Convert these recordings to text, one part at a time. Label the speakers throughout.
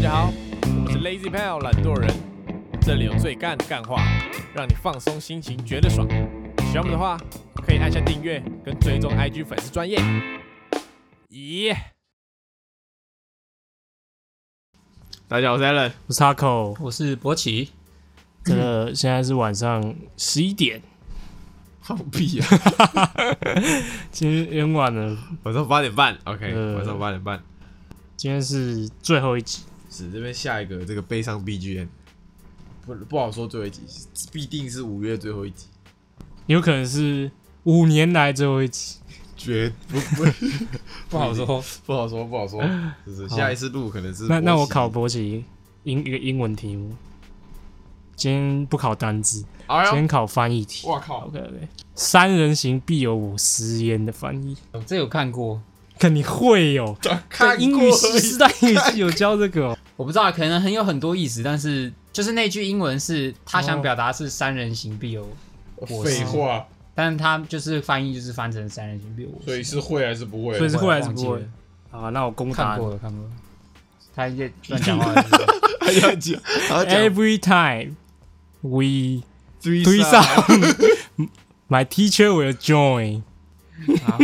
Speaker 1: 家好，我是 Lazy Pal 懒惰人，这里有最干的干话，让你放松心情，觉得爽。喜欢我们的话，可以按下订阅跟追踪 IG 粉丝专业。咦、大家好，我是 Allen。
Speaker 2: 我是 Taco，
Speaker 1: 嗯
Speaker 3: 我是博奇，
Speaker 2: 这个现在是晚上十一点，
Speaker 1: 放屁啊！
Speaker 2: 今天很晚了，
Speaker 1: 晚上八点半，OK，、
Speaker 2: 呃
Speaker 1: 晚上八点半。
Speaker 2: 今天是最后一集，
Speaker 1: 是这边下一个这个悲伤 BGM，不不好说最后一集，必定是五月最后一集，
Speaker 2: 有可能是五年来最后一集。
Speaker 1: 绝不不
Speaker 3: 不好说。
Speaker 1: 不好说，不好说，就是
Speaker 2: 好
Speaker 1: 下一次录可能是
Speaker 2: 那那
Speaker 1: 国
Speaker 2: 我
Speaker 1: 旗
Speaker 2: 考博奇英一个英文题目，今天不考单字，
Speaker 1: 哎呦，
Speaker 2: 今天考翻译题。
Speaker 1: 我靠，
Speaker 2: OK OK，三人行必有我师焉的翻译，
Speaker 3: 这有看过，
Speaker 2: 看你会哦。在
Speaker 1: 看
Speaker 2: 英
Speaker 1: 过
Speaker 2: 语
Speaker 1: 而
Speaker 2: 系
Speaker 1: 已
Speaker 2: 时代英语系有教这个、哦，
Speaker 3: 我不知道，可能很有很多意思，但是就是那句英文是他想表达是三人行必有，我
Speaker 1: 废
Speaker 3: 是
Speaker 1: 话，
Speaker 3: 但他就是翻译就是翻成三人行必有我。
Speaker 1: 所以是会还是不会？
Speaker 2: 所以是
Speaker 3: 我
Speaker 2: 会还是
Speaker 3: 忘记
Speaker 2: 不会
Speaker 3: 了？
Speaker 2: 好，那我公布答
Speaker 3: 看
Speaker 2: 案
Speaker 3: 过了，看过了。他也乱讲话是不是，
Speaker 1: 还要讲，还要讲
Speaker 2: ，Every time we
Speaker 1: 推
Speaker 2: 推上 ，My teacher will join。
Speaker 3: 好，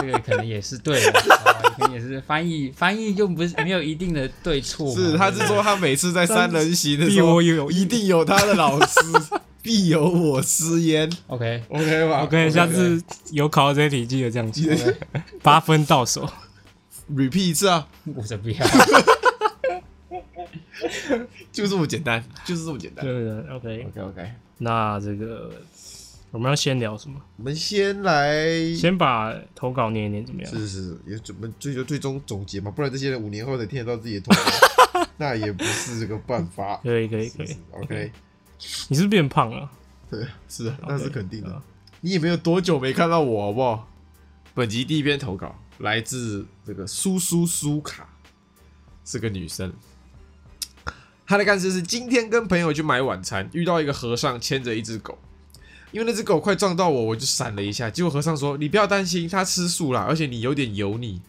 Speaker 3: 这个可能也是对的，好吧可能也是翻译 翻译又不是没有一定的对错嘛。
Speaker 1: 是，他是说他每次在三人行的
Speaker 2: 必
Speaker 1: 时候
Speaker 2: 我，有
Speaker 1: 一定有他的老师，必有我师焉
Speaker 3: OK，
Speaker 1: ，OK 吧
Speaker 2: OK，下次有考到这一题记得这样记，
Speaker 1: 记得
Speaker 2: 八分到 手。
Speaker 1: repeat 一次啊，
Speaker 3: 我才不要。
Speaker 1: 就这么简单，就是这么简单。
Speaker 2: 对对对，OK。
Speaker 1: OK OK，
Speaker 2: 那这个我们要先聊什么？
Speaker 1: 我们先来，
Speaker 2: 先把投稿念一念怎么样？
Speaker 1: 是是是，也准备追求最终总结嘛，不然这些人五年后才听得到自己的痛苦，那也不是个办法。
Speaker 2: 可以可以可以
Speaker 1: 是。OK，
Speaker 2: 你是不是变胖了？
Speaker 1: 对，是啊，那
Speaker 2: OK，
Speaker 1: 是肯定的
Speaker 2: 好。
Speaker 1: 你也没有多久没看到我，好不好？本集第一篇投稿来自这个苏苏苏卡，是个女生。她的干事是今天跟朋友去买晚餐，遇到一个和尚牵着一只狗，因为那只狗快撞到我，我就闪了一下。结果和尚说：“你不要担心，它吃素啦，而且你有点油腻。”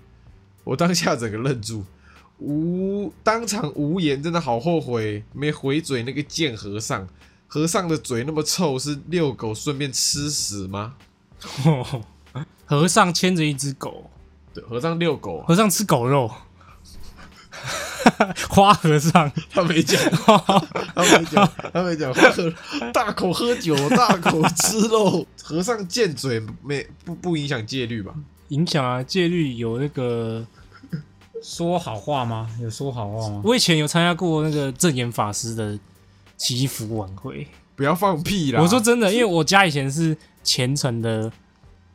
Speaker 1: 我当下整个愣住，无当场无言，真的好后悔没回嘴那个贱和尚。和尚的嘴那么臭，是遛狗顺便吃屎吗？
Speaker 2: 和尚牵着一只狗，
Speaker 1: 对，和尚遛狗、啊，
Speaker 2: 和尚吃狗肉。 花 和尚，
Speaker 1: 他没讲，他没讲，他没讲，喝大口喝酒，大口吃 肉。和尚贱嘴没不不影响戒律吧？
Speaker 2: 影响啊戒律有那个，
Speaker 3: 说好话吗？有说好 话吗？
Speaker 2: 我以前有参加过那个正言法师的祈福晚会，
Speaker 1: 不要放屁啦！
Speaker 2: 我说真的，因为我家以前是虔诚的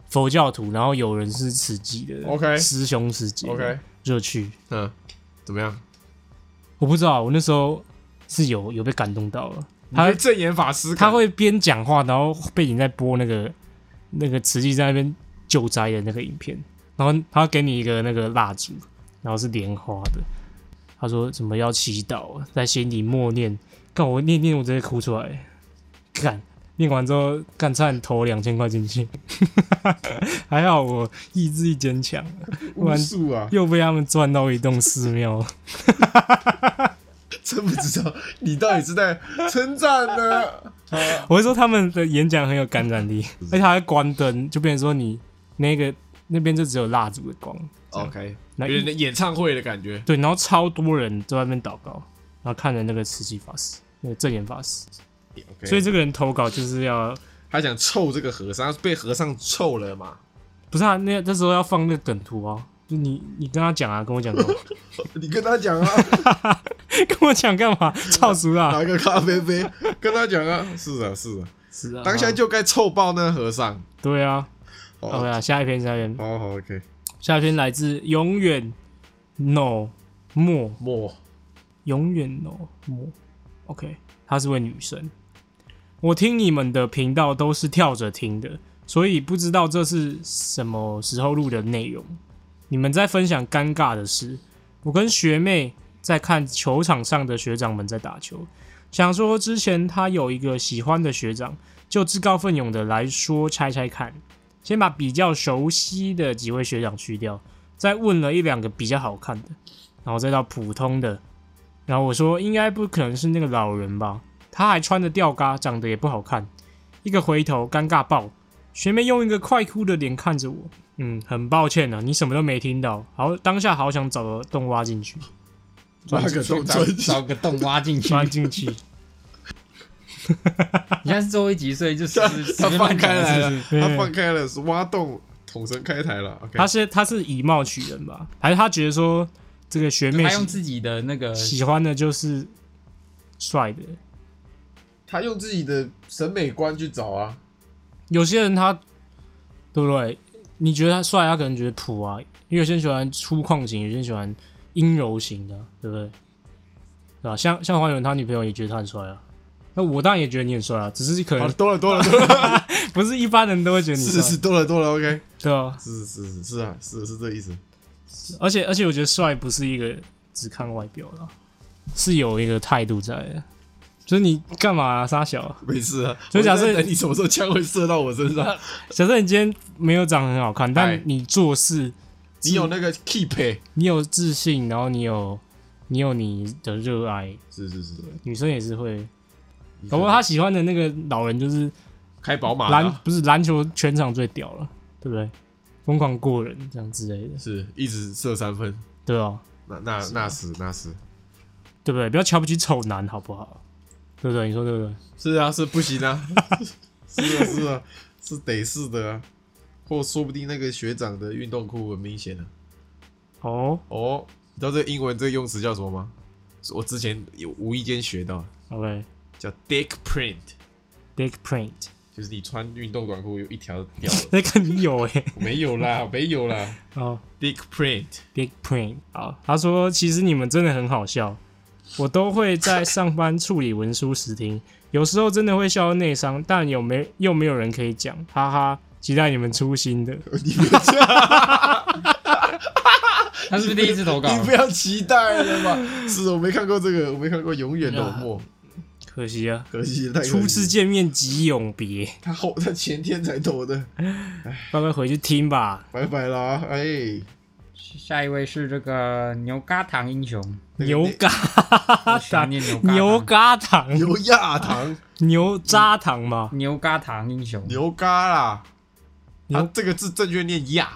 Speaker 2: 佛教徒，然后有人是慈济的
Speaker 1: OK
Speaker 2: 师兄师姐
Speaker 1: OK，
Speaker 2: 就去。
Speaker 1: 嗯，怎么样？
Speaker 2: 我不知道，我那时候是有有被感动到了。
Speaker 1: 你
Speaker 2: 他
Speaker 1: 被正言法师
Speaker 2: 他
Speaker 1: 感
Speaker 2: 会边讲话，然后背景在播那个那个慈济在那边救灾的那个影片，然后他给你一个那个蜡烛，然后是莲花的。他说什么要祈祷，啊在心里默念。干我念念，我直接哭出来。干念完之后，干差点投两千块进去， 还好我意志力坚强，
Speaker 1: 巫术啊，
Speaker 2: 又被他们赚到一栋寺庙。
Speaker 1: 真不知道你到底是在称赞 呢？
Speaker 2: 我会说他们的演讲很有感染力，而且他还关灯，就变成说你那个那边就只有蜡烛的光。
Speaker 1: OK，
Speaker 2: 那
Speaker 1: 有点演唱会的感觉。
Speaker 2: 对，然后超多人都在那边祷告，然后看着那个慈济法师，那个正言法师。
Speaker 1: OK，
Speaker 2: 所以这个人投稿就是要，
Speaker 1: 他想臭这个和尚，他被和尚臭了 嘛？
Speaker 2: 不是啊，那那时候要放那个梗图啊，就你你跟他讲啊，跟我讲干嘛？
Speaker 1: 你跟他讲啊。
Speaker 2: 跟我讲干嘛？操熟啊！
Speaker 1: 拿个咖啡杯跟他讲啊，是啊是啊，
Speaker 2: 是啊，
Speaker 1: 当下就该臭爆那和尚。
Speaker 2: 对啊。
Speaker 1: 好
Speaker 2: OK 啊，下一篇，下一篇，
Speaker 1: 好好，OK，哦
Speaker 2: 下一篇来自永远 no 莫
Speaker 1: 莫
Speaker 2: 永远哦，我 OK，她是位女生。我听你们的频道都是跳着听的，所以不知道这是什么时候录的内容。你们在分享尴尬的事，我跟学妹在看球场上的学长们在打球，想说之前她有一个喜欢的学长，就自告奋勇的来说猜猜看，先把比较熟悉的几位学长去掉，再问了一两个比较好看的，然后再到普通的，然后我说应该不可能是那个老人吧，他还穿着吊嘎，长得也不好看。一个回头，尴尬爆。学妹用一个快哭的脸看着我，嗯，很抱歉啊，你什么都没听到。好，当下好想找个洞挖 进去，
Speaker 1: 挖个洞
Speaker 3: 找
Speaker 1: 钻进
Speaker 3: 找个洞挖进去。
Speaker 2: 钻 进去。
Speaker 3: 你现在是最后一集，所以就是
Speaker 1: 他放开来
Speaker 3: 了。
Speaker 1: 了，他放开了，是挖洞统神开台了。OK，
Speaker 2: 他是他是以貌取人吧？还是他觉得说这个学妹
Speaker 3: 他用自己的那个
Speaker 2: 喜欢的就是帅的？
Speaker 1: 他用自己的审美观去找啊，
Speaker 2: 有些人他对不对？你觉得他帅，他可能觉得普啊，因为有些人喜欢粗犷型，有些人喜欢阴柔型的，对不对？对吧？像像黄勇他女朋友也觉得他很帅啊，那我当然也觉得你很帅啊，只是可
Speaker 1: 好
Speaker 2: 能
Speaker 1: 了，多了多了多了，
Speaker 2: 不是一般人都会觉得你
Speaker 1: 是
Speaker 2: 帅，
Speaker 1: 是多了多了，OK，
Speaker 2: 对啊。
Speaker 1: 是是是是啊，是是这意思。
Speaker 2: 而且而且我觉得帅不是一个只看外表啦，是有一个态度在的，就是你干嘛啊、傻小啊、
Speaker 1: 没事啊，
Speaker 2: 所以假
Speaker 1: 我
Speaker 2: 设
Speaker 1: 在等你什么时候枪会射到我身上，
Speaker 2: 假设你今天没有长得很好看，但
Speaker 1: 哎
Speaker 2: 你做事，
Speaker 1: 你有那个 keep，欸
Speaker 2: 你有自信，然后你有你有你的热爱，
Speaker 1: 是是是，
Speaker 2: 女生也是会。
Speaker 1: 你
Speaker 2: 搞不好她喜欢的那个老人就是
Speaker 1: 开宝马啊
Speaker 2: 篮
Speaker 1: 啦，
Speaker 2: 不是篮球全场最屌了，对不对？疯狂过人这样之类的，
Speaker 1: 是一直射三分，
Speaker 2: 对啊，
Speaker 1: 那那那是那是
Speaker 2: 对不对？不要瞧不起丑男，好不好？对不对？你说对不对？
Speaker 1: 是啊，是不行 啊，是啊是啊，是得是的啊，或说不定那个学长的运动裤很明显啊。
Speaker 2: 哦、
Speaker 1: 哦，你知道这个英文这个用词叫什么吗？是我之前有无意间学到，
Speaker 2: o k
Speaker 1: 叫 dick print，
Speaker 2: big print，，
Speaker 1: 就是你穿运动短裤有一条掉了
Speaker 2: 那个你有哎、
Speaker 1: 没有 啦，没有啦
Speaker 2: 哦、
Speaker 1: ，dick print。
Speaker 2: Big Print 啊，他说其实你们真的很好笑，我都会在上班处理文书时听， 有时候真的会笑到内伤，但有没又没有人可以讲，哈哈，期待你们出新的。
Speaker 1: 你不要这样，
Speaker 3: 他是不是第一次 投稿？
Speaker 1: 你不要期待了嘛。 是我没看过这个，我没啊看过《永远冷漠》，
Speaker 2: 可惜啊，
Speaker 1: 可惜太可惜
Speaker 2: 初次见面即永别，
Speaker 1: 他后他前天才投的，
Speaker 2: 乖乖回去听吧。
Speaker 1: 拜拜啦！哎，
Speaker 3: 下一位是这个牛轧糖英雄，
Speaker 2: 牛轧
Speaker 3: 我喜欢
Speaker 2: 糖，
Speaker 3: 念牛轧
Speaker 2: 牛
Speaker 3: 糖
Speaker 2: 轧糖，
Speaker 1: 牛轧糖、
Speaker 2: 牛轧糖嘛，
Speaker 3: 牛轧糖英雄，
Speaker 1: 牛轧啦，
Speaker 2: 牛
Speaker 1: 他这个字正确念轧，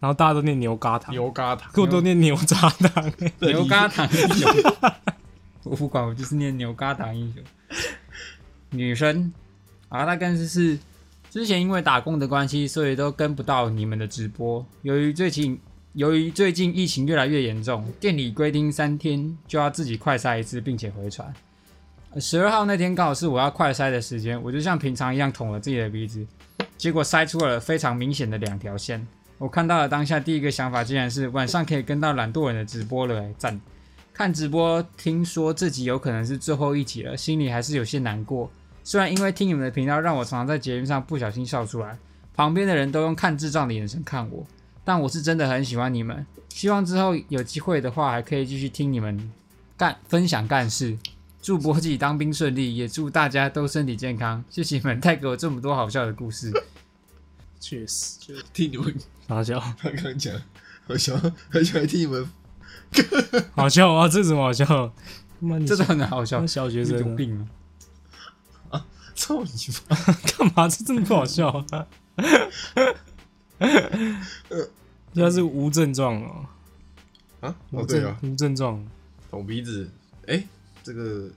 Speaker 2: 然后大家都念牛轧糖，
Speaker 1: 牛轧 糖
Speaker 2: 可我都念牛轧糖、
Speaker 3: 牛轧糖英雄。 我不管，我就是念牛轧糖英雄。女生啊，她更是之前因为打工的关系，所以都跟不到你们的直播。由于最近由于最近疫情越来越严重，店里规定三天就要自己快筛一次，并且回传。十二号那天刚好是我要快筛的时间，我就像平常一样捅了自己的鼻子，结果筛出了非常明显的两条线。我看到了当下第一个想法，竟然是晚上可以跟到懒惰人的直播了、欸，赞！看直播，听说这集有可能是最后一集了，心里还是有些难过。虽然因为听你们的频道，让我常常在节目上不小心笑出来，旁边的人都用看智障的眼神看我，但我是真的很喜欢你们。希望之后有机会的话，还可以继续听你们干分享干事。祝博己当兵顺利，也祝大家都身体健康。谢谢你们带给我这么多好笑的故 事。
Speaker 2: 确实，
Speaker 1: 听你们
Speaker 2: 好笑，
Speaker 1: 刚刚讲，我想 很想听你们
Speaker 2: 好笑啊！这怎么好笑？他妈你
Speaker 3: 这真的很好笑
Speaker 2: 当，小学
Speaker 3: 你
Speaker 2: 生
Speaker 3: 有
Speaker 2: 啊
Speaker 3: 病吗？
Speaker 1: 操你妈！
Speaker 2: 干嘛？这真的不好笑、啊。
Speaker 1: 呃
Speaker 2: 这是无症状哦，
Speaker 1: 啊，
Speaker 2: 无
Speaker 1: 哦
Speaker 2: 症、
Speaker 1: 对啊，
Speaker 2: 无症状，
Speaker 1: 捅鼻子，哎、这个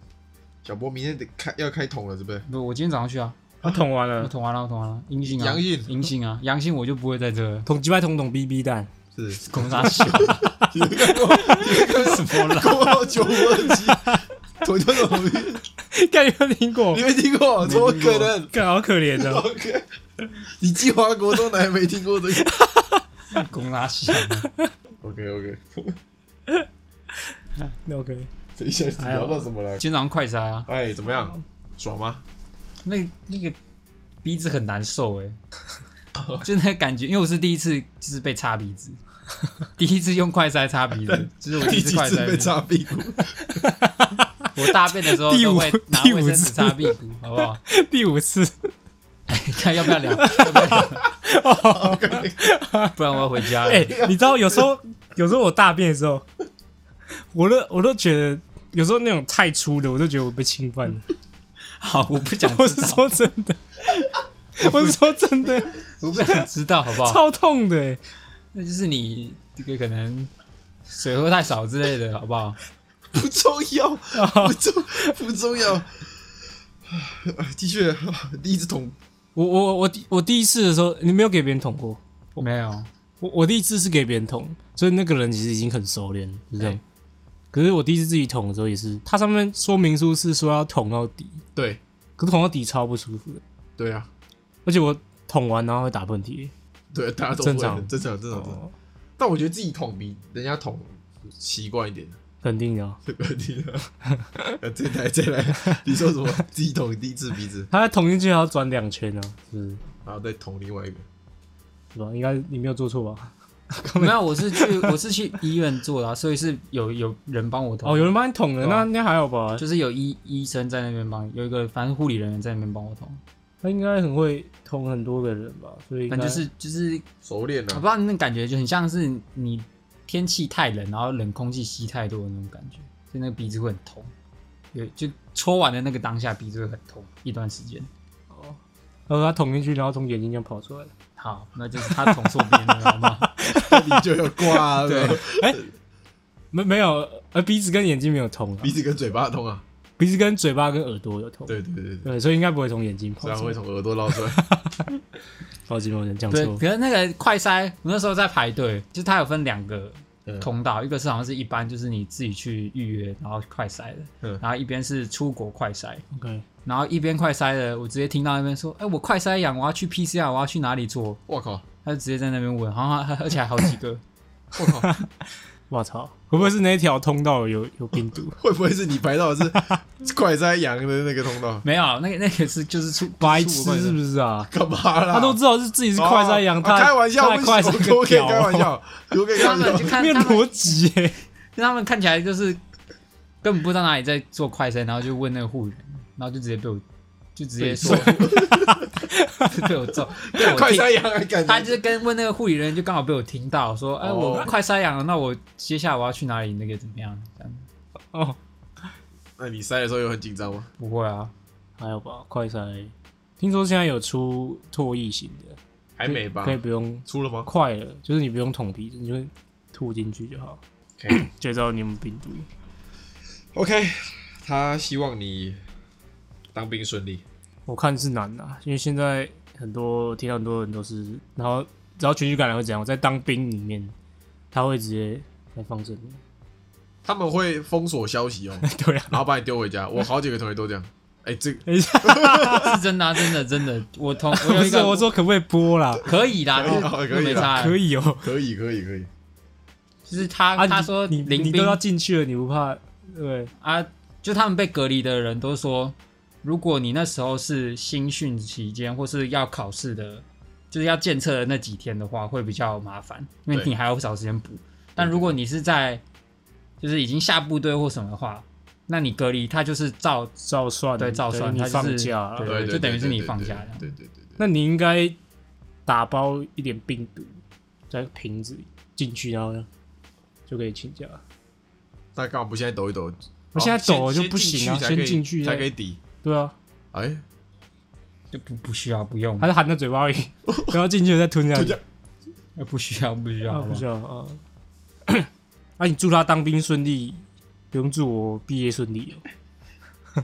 Speaker 1: 小波明天得开要开捅了，是不是？
Speaker 3: 不，我今天早上去啊，
Speaker 2: 他捅完
Speaker 3: 我
Speaker 2: 了，。
Speaker 3: 捅完了，我捅完了，阴性啊，
Speaker 1: 阳性
Speaker 3: 阴性啊，阳性我就不会在这了
Speaker 2: 捅鸡巴捅捅 BB 蛋，
Speaker 1: 是，
Speaker 3: 公啥小？
Speaker 1: 你有看过
Speaker 3: 什么
Speaker 1: 《
Speaker 3: 啦？
Speaker 1: 号九五二七》捅叫什么 鼻子？
Speaker 2: 感觉没听过
Speaker 1: 你，没听过？怎么
Speaker 3: 没
Speaker 1: 可
Speaker 3: 听过
Speaker 1: 能
Speaker 2: 干好可怜哦的、
Speaker 1: ？OK，你计划国中还没听过这个
Speaker 3: 公啥小？
Speaker 1: ？OK OK，
Speaker 2: 那 OK，
Speaker 1: 等一下你聊到什么了？
Speaker 3: 今天早上快塞啊，
Speaker 1: 哎，怎么样？爽吗？
Speaker 3: 那那个鼻子很难受哎、就那感觉，因为我是第一次就是被擦鼻子， 第一次用快塞擦鼻子，就是我第
Speaker 1: 第
Speaker 3: 一
Speaker 1: 几
Speaker 3: 次快
Speaker 1: 次
Speaker 3: 塞
Speaker 1: 被，插屁股？
Speaker 3: 我大便的时候
Speaker 2: 第
Speaker 3: 都
Speaker 2: 五
Speaker 3: 会拿
Speaker 2: 第
Speaker 3: 卫
Speaker 2: 五
Speaker 3: 生纸
Speaker 2: 次
Speaker 3: 擦屁股，好不好？
Speaker 2: 第五 次，
Speaker 3: 看要不要聊，要不要聊
Speaker 1: OK，
Speaker 3: 不然我要回家了。
Speaker 2: 哎哎、你知道有时候有时候我大便的时候，我都我都觉得有时候那种太粗的，我都觉得我被侵犯了。
Speaker 3: 好，我不想
Speaker 2: 我
Speaker 3: 知
Speaker 2: 是
Speaker 3: 道，
Speaker 2: 说真的，我是说真 的，
Speaker 3: 我不想知道，好不好？
Speaker 2: 超痛的欸，
Speaker 3: 那就是你这个可能水喝太少之类的，好不好？
Speaker 1: 不重 要，不重不重要。 的确， 第一只桶
Speaker 2: 我我我第我第一次的时候，你没有给别人捅过。
Speaker 3: 没有，
Speaker 2: 我我第一次是给别人捅，所以那个人其实已经很熟练，是这样。
Speaker 3: 哎
Speaker 2: 可是我第一次自己捅的时候也是，它上面说明书是说要捅到底，
Speaker 1: 对
Speaker 2: 可是捅到底超不舒服的，
Speaker 1: 对啊，
Speaker 2: 而且我捅完然后会打喷嚏。
Speaker 1: 对啊大家都
Speaker 2: 正
Speaker 1: 会
Speaker 2: 常
Speaker 1: 的正常正
Speaker 3: 嗯
Speaker 1: 常正常。
Speaker 2: 哦，
Speaker 1: 但我觉得自己捅比人家捅习惯一 点。
Speaker 2: 肯定的啊。
Speaker 1: 这个你呢？呃 再来再来， 你说什么？自己捅第一次鼻子，
Speaker 2: 他在捅进去还要转两圈呢、啊，是不是
Speaker 1: 然后再捅另外一个。
Speaker 2: 是吧？应该你没有做错吧？
Speaker 3: 没有，我是去 我是去医院做的啊、所以是有有人帮我捅。
Speaker 2: 哦，有人帮你捅了，
Speaker 3: 对啊
Speaker 2: 那那还好吧？
Speaker 3: 就是有医医生在那边帮，有一个反正护理人员在那边帮我捅，
Speaker 2: 他应该很会捅很多个人吧，所以应
Speaker 3: 反正
Speaker 2: 该
Speaker 3: 就是就是
Speaker 1: 熟练
Speaker 3: 我
Speaker 1: 了、
Speaker 3: 不知道那感觉就很像是你天气太冷，然后冷空气吸太多的那种感觉，所以那个鼻子会很痛。有就戳完的那个当下，鼻子会很痛一段时间。
Speaker 2: 然后他捅进去，然后从眼睛这样跑出来。
Speaker 3: 好，那就是他捅错边了，好 吗？
Speaker 1: 你就要挂了，
Speaker 3: 对
Speaker 2: 没没有，呃，鼻子跟眼睛没有捅、啊，
Speaker 1: 鼻子跟嘴巴通啊。
Speaker 2: 鼻子跟嘴巴跟耳朵有捅。
Speaker 1: 对对对对对，
Speaker 2: 对，所以应该不会从眼睛跑
Speaker 1: 虽然
Speaker 2: 出
Speaker 1: 啊会
Speaker 2: 来。
Speaker 1: 从耳朵绕出来。
Speaker 2: 抱歉，抱歉，讲
Speaker 3: 对，
Speaker 2: 错。
Speaker 3: 可是那个快筛，我那时候在排队，就是它有分两个
Speaker 1: 嗯
Speaker 3: 通道，一个是好像是一般就是你自己去预约，然后快筛的，
Speaker 1: 嗯
Speaker 3: 然后一边是出国快筛，
Speaker 2: OK，
Speaker 3: 然后一边快筛的，我直接听到那边说，哎、我快筛阳，我要去 PCR，我要去哪里做？
Speaker 1: 我靠，
Speaker 3: 他就直接在那边问，好像而且还好几个，
Speaker 1: 我靠，
Speaker 2: 我操，会不会是那一条通道有有病毒？
Speaker 1: 会不会是你排到的是快塞羊的那个通道？
Speaker 3: 没有，啊那个那个是就是出
Speaker 2: 白
Speaker 3: 出
Speaker 2: 痴
Speaker 3: 国快
Speaker 2: 是
Speaker 3: 筛
Speaker 2: 不是啊？
Speaker 1: 干嘛啦？
Speaker 2: 他都知道是自己是快山羊，
Speaker 1: 哦
Speaker 2: 他
Speaker 1: 啊
Speaker 2: 还
Speaker 1: 开玩笑，
Speaker 2: 他
Speaker 1: 我
Speaker 2: 还快山
Speaker 1: 我我可以开玩
Speaker 2: 个屌哦，
Speaker 1: 笑，我可以开
Speaker 3: 他
Speaker 1: 玩
Speaker 3: 们
Speaker 1: 笑
Speaker 3: 就。看
Speaker 2: 没有
Speaker 3: 他们，
Speaker 2: 逻辑耶。
Speaker 3: 他们看起来就是根本不知道哪里在做快筛，然后就问那个护理人，然后就直接被我就直接说 被我揍，被 我
Speaker 1: 快
Speaker 3: 听
Speaker 1: 塞羊还感
Speaker 3: 他
Speaker 1: 觉
Speaker 3: 就是跟问那个护理人员，就刚好被我听到说，哎、我
Speaker 1: 哦
Speaker 3: 快塞阳了，那我接下来我要去哪里？那个怎么样？这样
Speaker 2: 哦，
Speaker 1: 那你塞的时候有很紧张吗？
Speaker 3: 不会啊，
Speaker 2: 还有吧，快筛。听说现在有出唾液型的，
Speaker 1: 还没吧
Speaker 2: 可？以不用
Speaker 1: 出了吗
Speaker 2: 快了，就是你不用捅鼻子，你就吐进去就好，
Speaker 1: ？OK
Speaker 2: 就知道你有没有病毒。
Speaker 1: OK，他希望你当兵顺利。
Speaker 2: 我看是难啊，因为现在很多听到很多人都是，然后只要群聚感染会怎样？在当兵里面，他会直接来放生你。
Speaker 1: 他们会封锁消息哦，
Speaker 2: 对啊，
Speaker 1: 然后把你丢回家。我好几个同学都这样。哎、这
Speaker 2: 等一下，
Speaker 3: 是真的啊、真的真的，我同我有
Speaker 2: 不
Speaker 3: 一
Speaker 2: 是啊
Speaker 3: 个
Speaker 2: 我说可不可以播啦？
Speaker 3: 可 以啦，
Speaker 1: 可以
Speaker 3: 那
Speaker 1: 哦可以
Speaker 3: 那没
Speaker 1: 啦
Speaker 3: 差，啊
Speaker 2: 可以哦。
Speaker 1: 可以，可以，可以。
Speaker 3: 就是他、
Speaker 2: 啊，
Speaker 3: 他
Speaker 2: 你
Speaker 3: 说
Speaker 2: 你
Speaker 3: 林
Speaker 2: 你
Speaker 3: 兵
Speaker 2: 都要进去了，你不怕？对，
Speaker 3: 啊，就他们被隔离的人都说，如果你那时候是新训期间或是要考试的，就是要检测的那几天的话，会比较麻烦，因为
Speaker 1: 对
Speaker 3: 你还有不少时间补。但如果你是在就是已经下部队或什么的话，那你隔离他就是照
Speaker 2: 照算
Speaker 3: 对照算，
Speaker 2: 等于
Speaker 3: 他
Speaker 2: 你放
Speaker 3: 就是
Speaker 2: 假啊
Speaker 3: 对，
Speaker 1: 对，
Speaker 3: 就等于是
Speaker 1: 对
Speaker 3: 你
Speaker 1: 对
Speaker 3: 放
Speaker 1: 对
Speaker 3: 假
Speaker 1: 对
Speaker 3: 这样。
Speaker 1: 对对对对。
Speaker 2: 那你应该打包一点病毒在瓶子里进去，然后呢就可以请假。
Speaker 1: 那干嘛不现在抖一抖？哦
Speaker 2: 我
Speaker 3: 哦
Speaker 2: 现在
Speaker 1: 先
Speaker 2: 抖了就不行啊，先进去
Speaker 1: 才
Speaker 2: 再
Speaker 1: 可以抵。
Speaker 2: 对啊，
Speaker 1: 哎、
Speaker 3: 就不不需要不用
Speaker 2: 还，是含在嘴巴里， 然后进去了再吞下
Speaker 1: 吞
Speaker 2: 去
Speaker 1: 下。
Speaker 3: 呃不需要不需要，
Speaker 2: 啊，
Speaker 3: 好不
Speaker 2: 不
Speaker 3: 好
Speaker 2: 是啊啊。 啊，你祝他当兵顺利，不用祝我毕业顺利哦，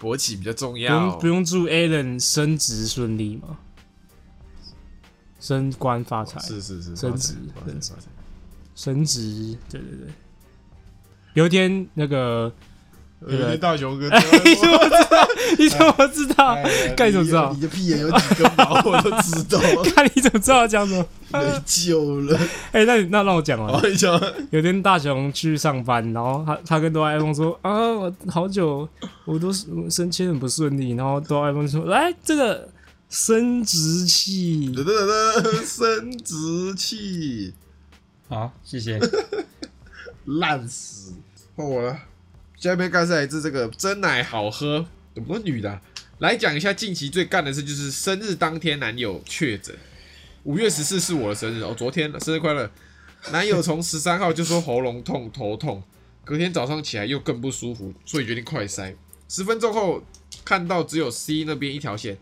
Speaker 1: 勃起比较重
Speaker 2: 不
Speaker 1: 要。
Speaker 2: 用不用祝 Alan 升职顺利嘛，升官发财，
Speaker 1: 哦是是是，
Speaker 2: 升职
Speaker 1: 发财发财发财
Speaker 2: 升职，对对对。有一天那个，
Speaker 1: 有
Speaker 2: 啊
Speaker 1: 点大呃熊 哥，
Speaker 2: 你怎么知道？
Speaker 1: 哎
Speaker 2: 你怎么知道？哎干你怎么啊知道
Speaker 1: 你？的屁眼有几根毛，我都知 道，
Speaker 2: 看你怎么知道我讲什么？
Speaker 1: 没救了。
Speaker 2: 哎、那你那让我讲完
Speaker 1: 我。跟你讲，
Speaker 2: 有天大雄去上班，然后他他跟哆啦 A 梦说啊，我好久我都是我升迁很不顺利，然后哆啦 A 梦说来这个生殖器
Speaker 1: 噔，噔噔噔， 生殖器
Speaker 3: 好，谢谢。
Speaker 1: 烂死，换我了。下面干是来自这个真奶好喝，怎么都女的啊、来讲一下近期最干的事，就是生日当天男友确诊。五月十四是我的生日哦，昨天生日快乐。男友从十三号就说喉咙痛、头痛，隔天早上起来又更不舒服，所以决定快筛。十分钟后看到只有 C 那边一条线，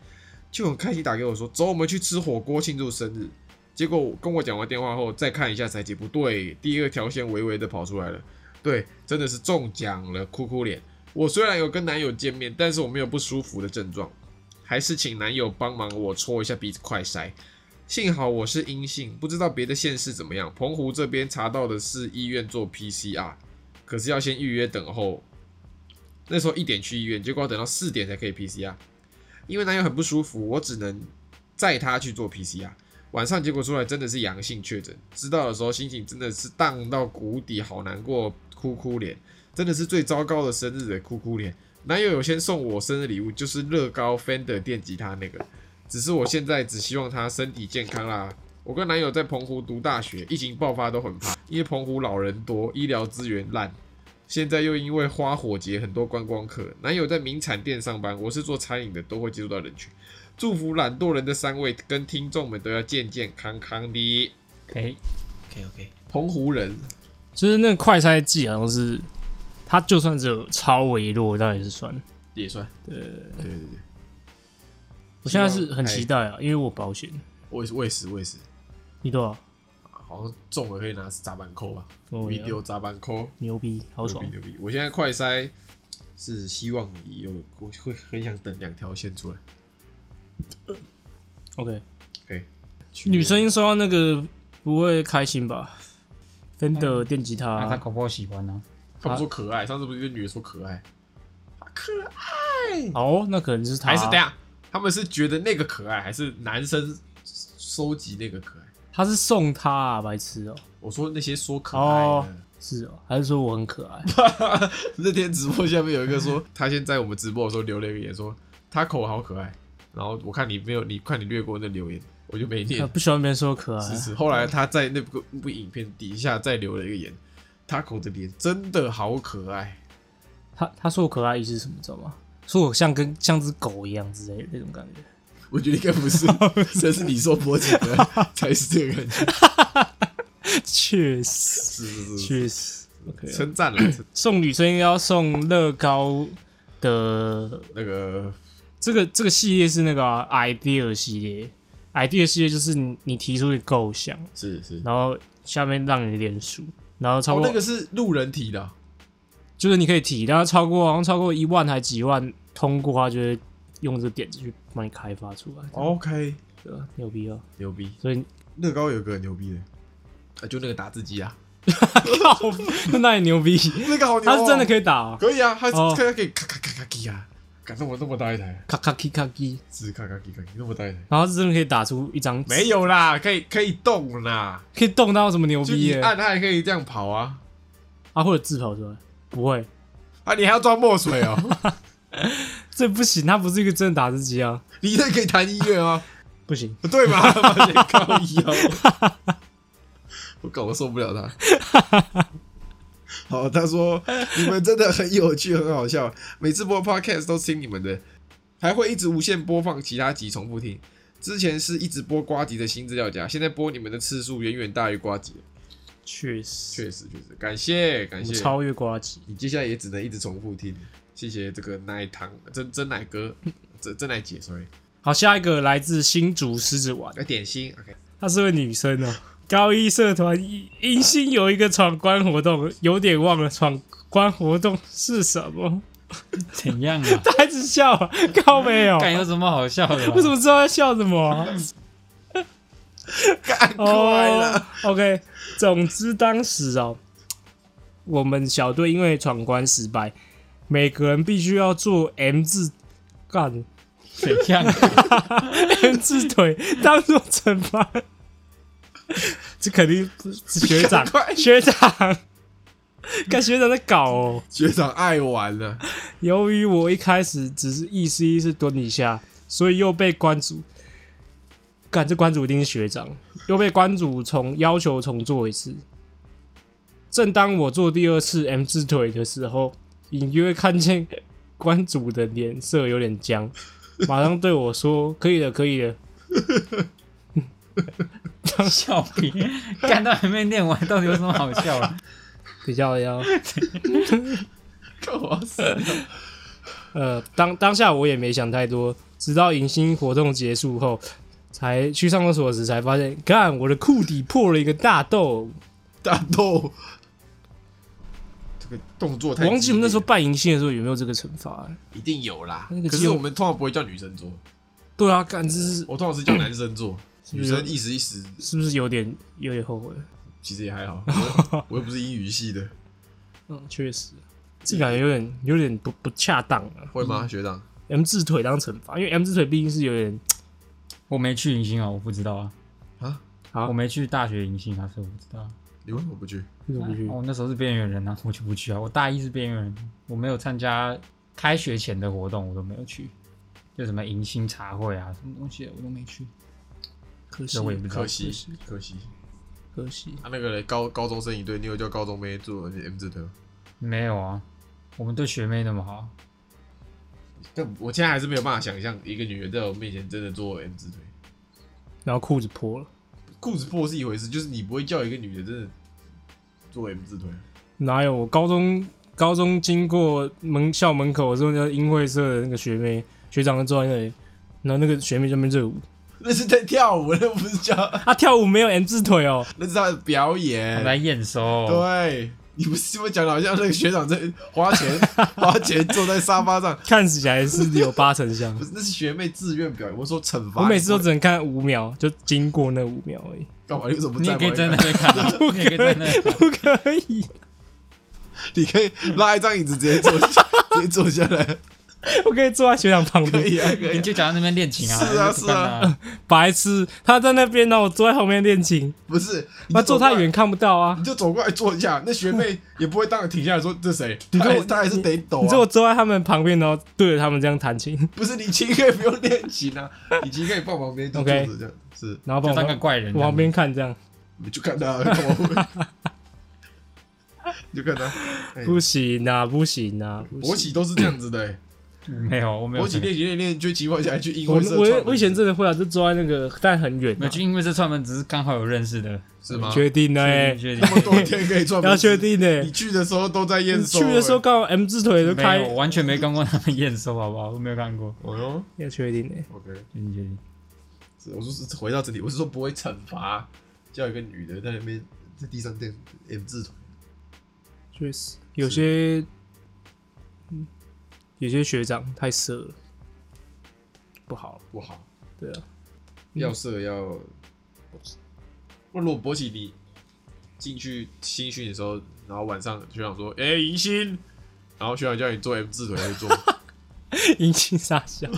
Speaker 1: 就很开心打给我说：“走，我们去吃火锅庆祝生日。”结果我跟我讲完电话后，再看一下才解，不对，第二条线微微的跑出来了。对，真的是中奖了，哭哭脸。我虽然有跟男友见面，但是我没有不舒服的症状，还是请男友帮忙我戳一下鼻子快筛。幸好我是阴性，不知道别的县市怎么样。澎湖这边查到的是医院做 PCR，可是要先预约等候。那时候一点去医院，结果要等到四点才可以 PCR。因为男友很不舒服，我只能载他去做 PCR。晚上结果出来真的是阳性确诊，知道的时候心情真的是荡到谷底，好难过，哭哭脸，真的是最糟糕的生日的哭哭脸。男友有先送我生日礼物，就是乐高 Fender 电吉他那个，只是我现在只希望他身体健康啦。我跟男友在澎湖读大学，疫情爆发都很怕，因为澎湖老人多，医疗资源烂。现在又因为花火节很多观光客，男友在名产店上班，我是做餐饮的，都会接触到人群。祝福懒惰人的三位跟听众们都要健健康康的。
Speaker 3: OK，
Speaker 4: OK OK，
Speaker 1: 澎湖人
Speaker 2: 就是那个快筛剂好像是，它就算只有超微弱，但也是算。
Speaker 1: 也算，对对对对，
Speaker 2: 我现在是很期待啊，因为我保险，
Speaker 1: 我也是我也是我也是，
Speaker 2: 你多少？
Speaker 1: 好像中了可以拿砸板扣吧
Speaker 2: 我也
Speaker 1: ，video 砸板扣，
Speaker 2: 牛逼，好
Speaker 1: 牛
Speaker 2: 爽
Speaker 1: 逼！牛逼！我现在快塞是希望你有，我会很想等两条线出来。
Speaker 2: OK，
Speaker 1: OK，
Speaker 2: 女生收到那个不会开心吧？Fender 电吉他、
Speaker 3: 啊那他搞不好喜欢呢、
Speaker 1: 他们说可爱，上次不是一个女的说可爱，啊可爱，
Speaker 2: 好哦，那可能是他。
Speaker 1: 还是等一下，他们是觉得那个可爱，还是男生收集那个可爱？
Speaker 2: 他是送他啊，白痴哦、
Speaker 1: 我说那些说可爱的。
Speaker 2: 是哦、还是说我很可爱？
Speaker 1: 那天直播下面有一个说，他先在我们直播的时候留了一个言说，他口好可爱。然后我看你没有，你看你略过那留言，我就没念
Speaker 2: 他。不喜欢别人说我可爱
Speaker 1: 是。是。后来他在那部部影片底下再留了一个言，他口的脸真的好可爱。
Speaker 2: 他他说我可爱意思是什么？你知道吗？说我像跟像只狗一样之类的那种感觉。
Speaker 1: 我觉得应该 不是，这是你说波姐 的才是这个感觉。
Speaker 2: 确实，
Speaker 1: 是是是，
Speaker 2: 确实。OK，啊
Speaker 1: 称赞了称
Speaker 2: 送女生应该要送乐高的
Speaker 1: 那个
Speaker 2: 这个这个系列是那个啊、idea 系列，idea 系列就是你你提出一个构想，
Speaker 1: 是是。
Speaker 2: 然后下面让你连数，然后超
Speaker 1: 哦，
Speaker 2: 过、
Speaker 1: 那个是路人提的啊，
Speaker 2: 就是你可以提，然后超过好像超过一万还几万通过，他就会用这个点子去帮你开发出来。哦，
Speaker 1: OK，
Speaker 2: 对吧？牛逼哦！
Speaker 1: 牛逼。
Speaker 2: 所以
Speaker 1: 乐高有个很牛逼的，啊，就那个打字机 啊，
Speaker 2: 靠，那也牛逼，
Speaker 1: 那个好牛哦，
Speaker 2: 他是真的可以打、哦，
Speaker 1: 可以啊，它
Speaker 2: 哦
Speaker 1: 它可以咔咔咔咔叽啊，感动我那么大一台，
Speaker 2: 咔咔咔咔叽，
Speaker 1: 是咔咔叽咔叽那么大一台，
Speaker 2: 然后是真的可以打出一张纸，
Speaker 1: 没有啦，可以可以动啦，
Speaker 2: 可以动到什么牛
Speaker 1: 就
Speaker 2: 逼
Speaker 1: 你
Speaker 2: 耶、
Speaker 1: 按它还可以这样跑啊，
Speaker 2: 啊，或者自跑出来，不会，
Speaker 1: 啊，你还要装墨水哦，
Speaker 2: 这不行，它不是一个真的打字机啊，
Speaker 1: 你那可以弹音乐吗？
Speaker 2: 不行。
Speaker 1: 不对吧？发现高一哦， 我搞我受不了他。 好，他说你们真的很有趣，很好笑，每次播 podcast 都听你们的，还会一直无限播放其他集重复听。之前是一直播瓜集的新资料夹，现在播你们的次数远远大于瓜集了。
Speaker 2: 确实，
Speaker 1: 确实，确实，感谢感
Speaker 2: 我们
Speaker 1: 谢。
Speaker 2: 超越瓜吉。
Speaker 1: 你接下来也只能一直重复听，谢谢这个奶糖真真奶哥，真真奶姐，sorry，
Speaker 2: 好，下一个来自新竹狮子丸，
Speaker 1: 来点心，OK，
Speaker 2: 她是位女生哦、高一社团迎新有一个闯关活动，有点忘了闯关活动是什么，
Speaker 3: 怎样 啊？
Speaker 2: 她一直 笑啊，高没有？
Speaker 3: 看有什么好笑的啊啦？
Speaker 2: 为什么知道她笑什么啊、
Speaker 1: 赶 快了。
Speaker 2: 哦、OK，总之当时哦，我们小队因为闯关失败，每个人必须要做 M 字干
Speaker 3: 怎样啊？
Speaker 2: M 字腿 当做惩罚。这肯定不是学长
Speaker 1: 赶快，
Speaker 2: 学长， 看学长在搞哦。
Speaker 1: 学长爱玩了，
Speaker 2: 由于我一开始只是意思意思蹲一下，所以又被关主，干这关主一定是学长，又被关主重要求重做一次。正当我做第二次 M 字腿的时候，隐约看见关主的脸色有点僵，马上对我说：“可以了，可以了。”
Speaker 3: 笑屁！干到还没念完，到底有什么好笑的？
Speaker 2: 比较要
Speaker 1: 干嘛死？
Speaker 2: 呃，当当下我也没想太多，直到迎新活动结束后，才去上厕所时才发现，看我的裤底破了一个大洞。
Speaker 1: 大豆，这个动作太激烈……
Speaker 2: 我忘记我们那时候办迎新的时候有没有这个惩罚、欸
Speaker 1: 一定有啦
Speaker 2: 那个，
Speaker 1: 可
Speaker 2: 肌
Speaker 1: 是
Speaker 2: 肉
Speaker 1: 我们通常不会叫女生做，
Speaker 2: 对啊，干这是
Speaker 1: 我通常是叫男生 做，女生一时一时
Speaker 2: 是不是有点有点后悔？
Speaker 1: 其实也还 好，我我又不是英语系的，
Speaker 2: 嗯，确实，这感觉有点有点不不恰当啊。
Speaker 1: 会吗，学长？
Speaker 2: M 字腿当惩罚，因为 M 字腿毕竟是有点
Speaker 3: 我没去迎新啊，我不知道啊。
Speaker 1: 啊，
Speaker 2: 好
Speaker 3: 我没去大学迎新啊，所以我不知道啊。
Speaker 1: 你为什么不去？
Speaker 2: 入不去
Speaker 3: 啊。我那时候是边缘人啊，我就不去啊。我大一是边缘人，我没有参加开学前的活动，我都没有去，就什么迎新茶会啊，什么东西的我都没去。
Speaker 2: 可惜
Speaker 3: 这我也不知道
Speaker 1: 可惜，可惜。
Speaker 2: 可惜，
Speaker 1: 啊，那个嘞，高高中生一对，你有叫高中妹做 M 字头？
Speaker 3: 没有啊，我们对学妹那么好，
Speaker 1: 但我现在还是没有办法想象一个女人在我面前真的做 M 字腿，
Speaker 2: 然后裤子破了。
Speaker 1: 裤子破是一回事，就是你不会叫一个女的真的做 M 字腿。
Speaker 2: 哪有？我高中高中经过门校门口的时候，那英会社的那个学妹学长就坐在那里，然后那个学妹在那边热舞，
Speaker 1: 那是在跳舞，那不是叫，
Speaker 2: 啊，跳舞没有 M 字腿哦，
Speaker 1: 那是她的表
Speaker 3: 我
Speaker 1: 演。
Speaker 3: 在验收。
Speaker 1: 哎对，啊你不是这么讲的，好像那个学长在花 钱花钱坐在沙发上，
Speaker 2: 看起来是有八成像
Speaker 1: 不。是那是学妹自愿表演。我说惩罚，
Speaker 2: 我每次都只能看五秒，就经过那五秒而已，
Speaker 1: 干嘛？你为什么不
Speaker 3: 你也
Speaker 1: 站
Speaker 3: 可以
Speaker 1: 过
Speaker 3: 在
Speaker 1: 来
Speaker 3: 那
Speaker 1: 看？
Speaker 3: 边看啊，你也可以在那边看。
Speaker 2: 不可以，
Speaker 1: 你可以拉一张椅子直接坐， 直接坐下来，
Speaker 2: 我可以坐在学长旁
Speaker 1: 可
Speaker 2: 边。
Speaker 1: 以啊，可以
Speaker 3: 你
Speaker 1: 啊。
Speaker 3: 就讲到那边练琴啊，
Speaker 1: 是啊
Speaker 3: 就不
Speaker 1: 是
Speaker 3: 干啊，
Speaker 2: 白痴，他在那边，然后我坐在后面练琴，
Speaker 1: 不是，你
Speaker 2: 他
Speaker 1: 就走
Speaker 2: 坐太远看不到
Speaker 1: 过来，
Speaker 2: 啊
Speaker 1: 你。就走过来坐一下。那学妹也不会当场停下来说这谁，
Speaker 2: 你
Speaker 1: 她
Speaker 2: 说
Speaker 1: 还
Speaker 2: 我
Speaker 1: 她还是得抖
Speaker 2: 你说我
Speaker 1: 啊。
Speaker 2: 坐在他们旁边，然后对着他们这样弹琴，
Speaker 1: 不是你其实可以不用练琴啊， 你其实可以放旁边就坐
Speaker 2: OK
Speaker 1: 着这样，是
Speaker 2: 然后帮
Speaker 3: 就
Speaker 2: 我
Speaker 3: 当个
Speaker 2: 旁
Speaker 3: 怪人这
Speaker 2: 我
Speaker 3: 样
Speaker 2: 旁
Speaker 3: 子。
Speaker 2: 边看这样，
Speaker 1: 你就看他，干嘛 会你就看他，哎
Speaker 2: 不行啊，不行啊，不行
Speaker 1: 国企都是这样子的、欸。
Speaker 3: 没有，我没有
Speaker 1: 国企
Speaker 3: 参加。
Speaker 1: 练习练练，就情况下去英
Speaker 2: 我
Speaker 1: 文社
Speaker 2: 我
Speaker 1: 串
Speaker 2: 我以前真的会啊，就坐在那个但很远、
Speaker 3: 没
Speaker 2: 啊
Speaker 3: 有，，就因为这串门只是刚好有认识的，
Speaker 1: 是吗？
Speaker 2: 确定呢、
Speaker 3: 确
Speaker 2: 欸，
Speaker 3: 定确定
Speaker 1: 那么多天可以赚，
Speaker 2: 要确。定呢、
Speaker 1: 你去的时候都在验
Speaker 2: 你
Speaker 1: 收、欸
Speaker 2: 去的时候，刚好 M 字腿都
Speaker 3: 没有，
Speaker 2: 开
Speaker 3: 我，完全没看过他们验收，好不好？我没有看过。
Speaker 1: 哦哟
Speaker 2: 要确定呢、
Speaker 1: ，OK，
Speaker 3: 确定确定。
Speaker 1: 是我说是回到这里，我是说不会惩罚，叫一个女的在那边在地上垫 M 字腿，
Speaker 2: 确实有些，嗯，嗯有些学长太色了，不好，
Speaker 1: 不好，
Speaker 2: 对啊，
Speaker 1: 要色要。那如果博起你进去新训的时候，然后晚上学长说：“哎、迎新。”然后学长叫你做 M 字腿，会做？
Speaker 2: 阴气傻笑，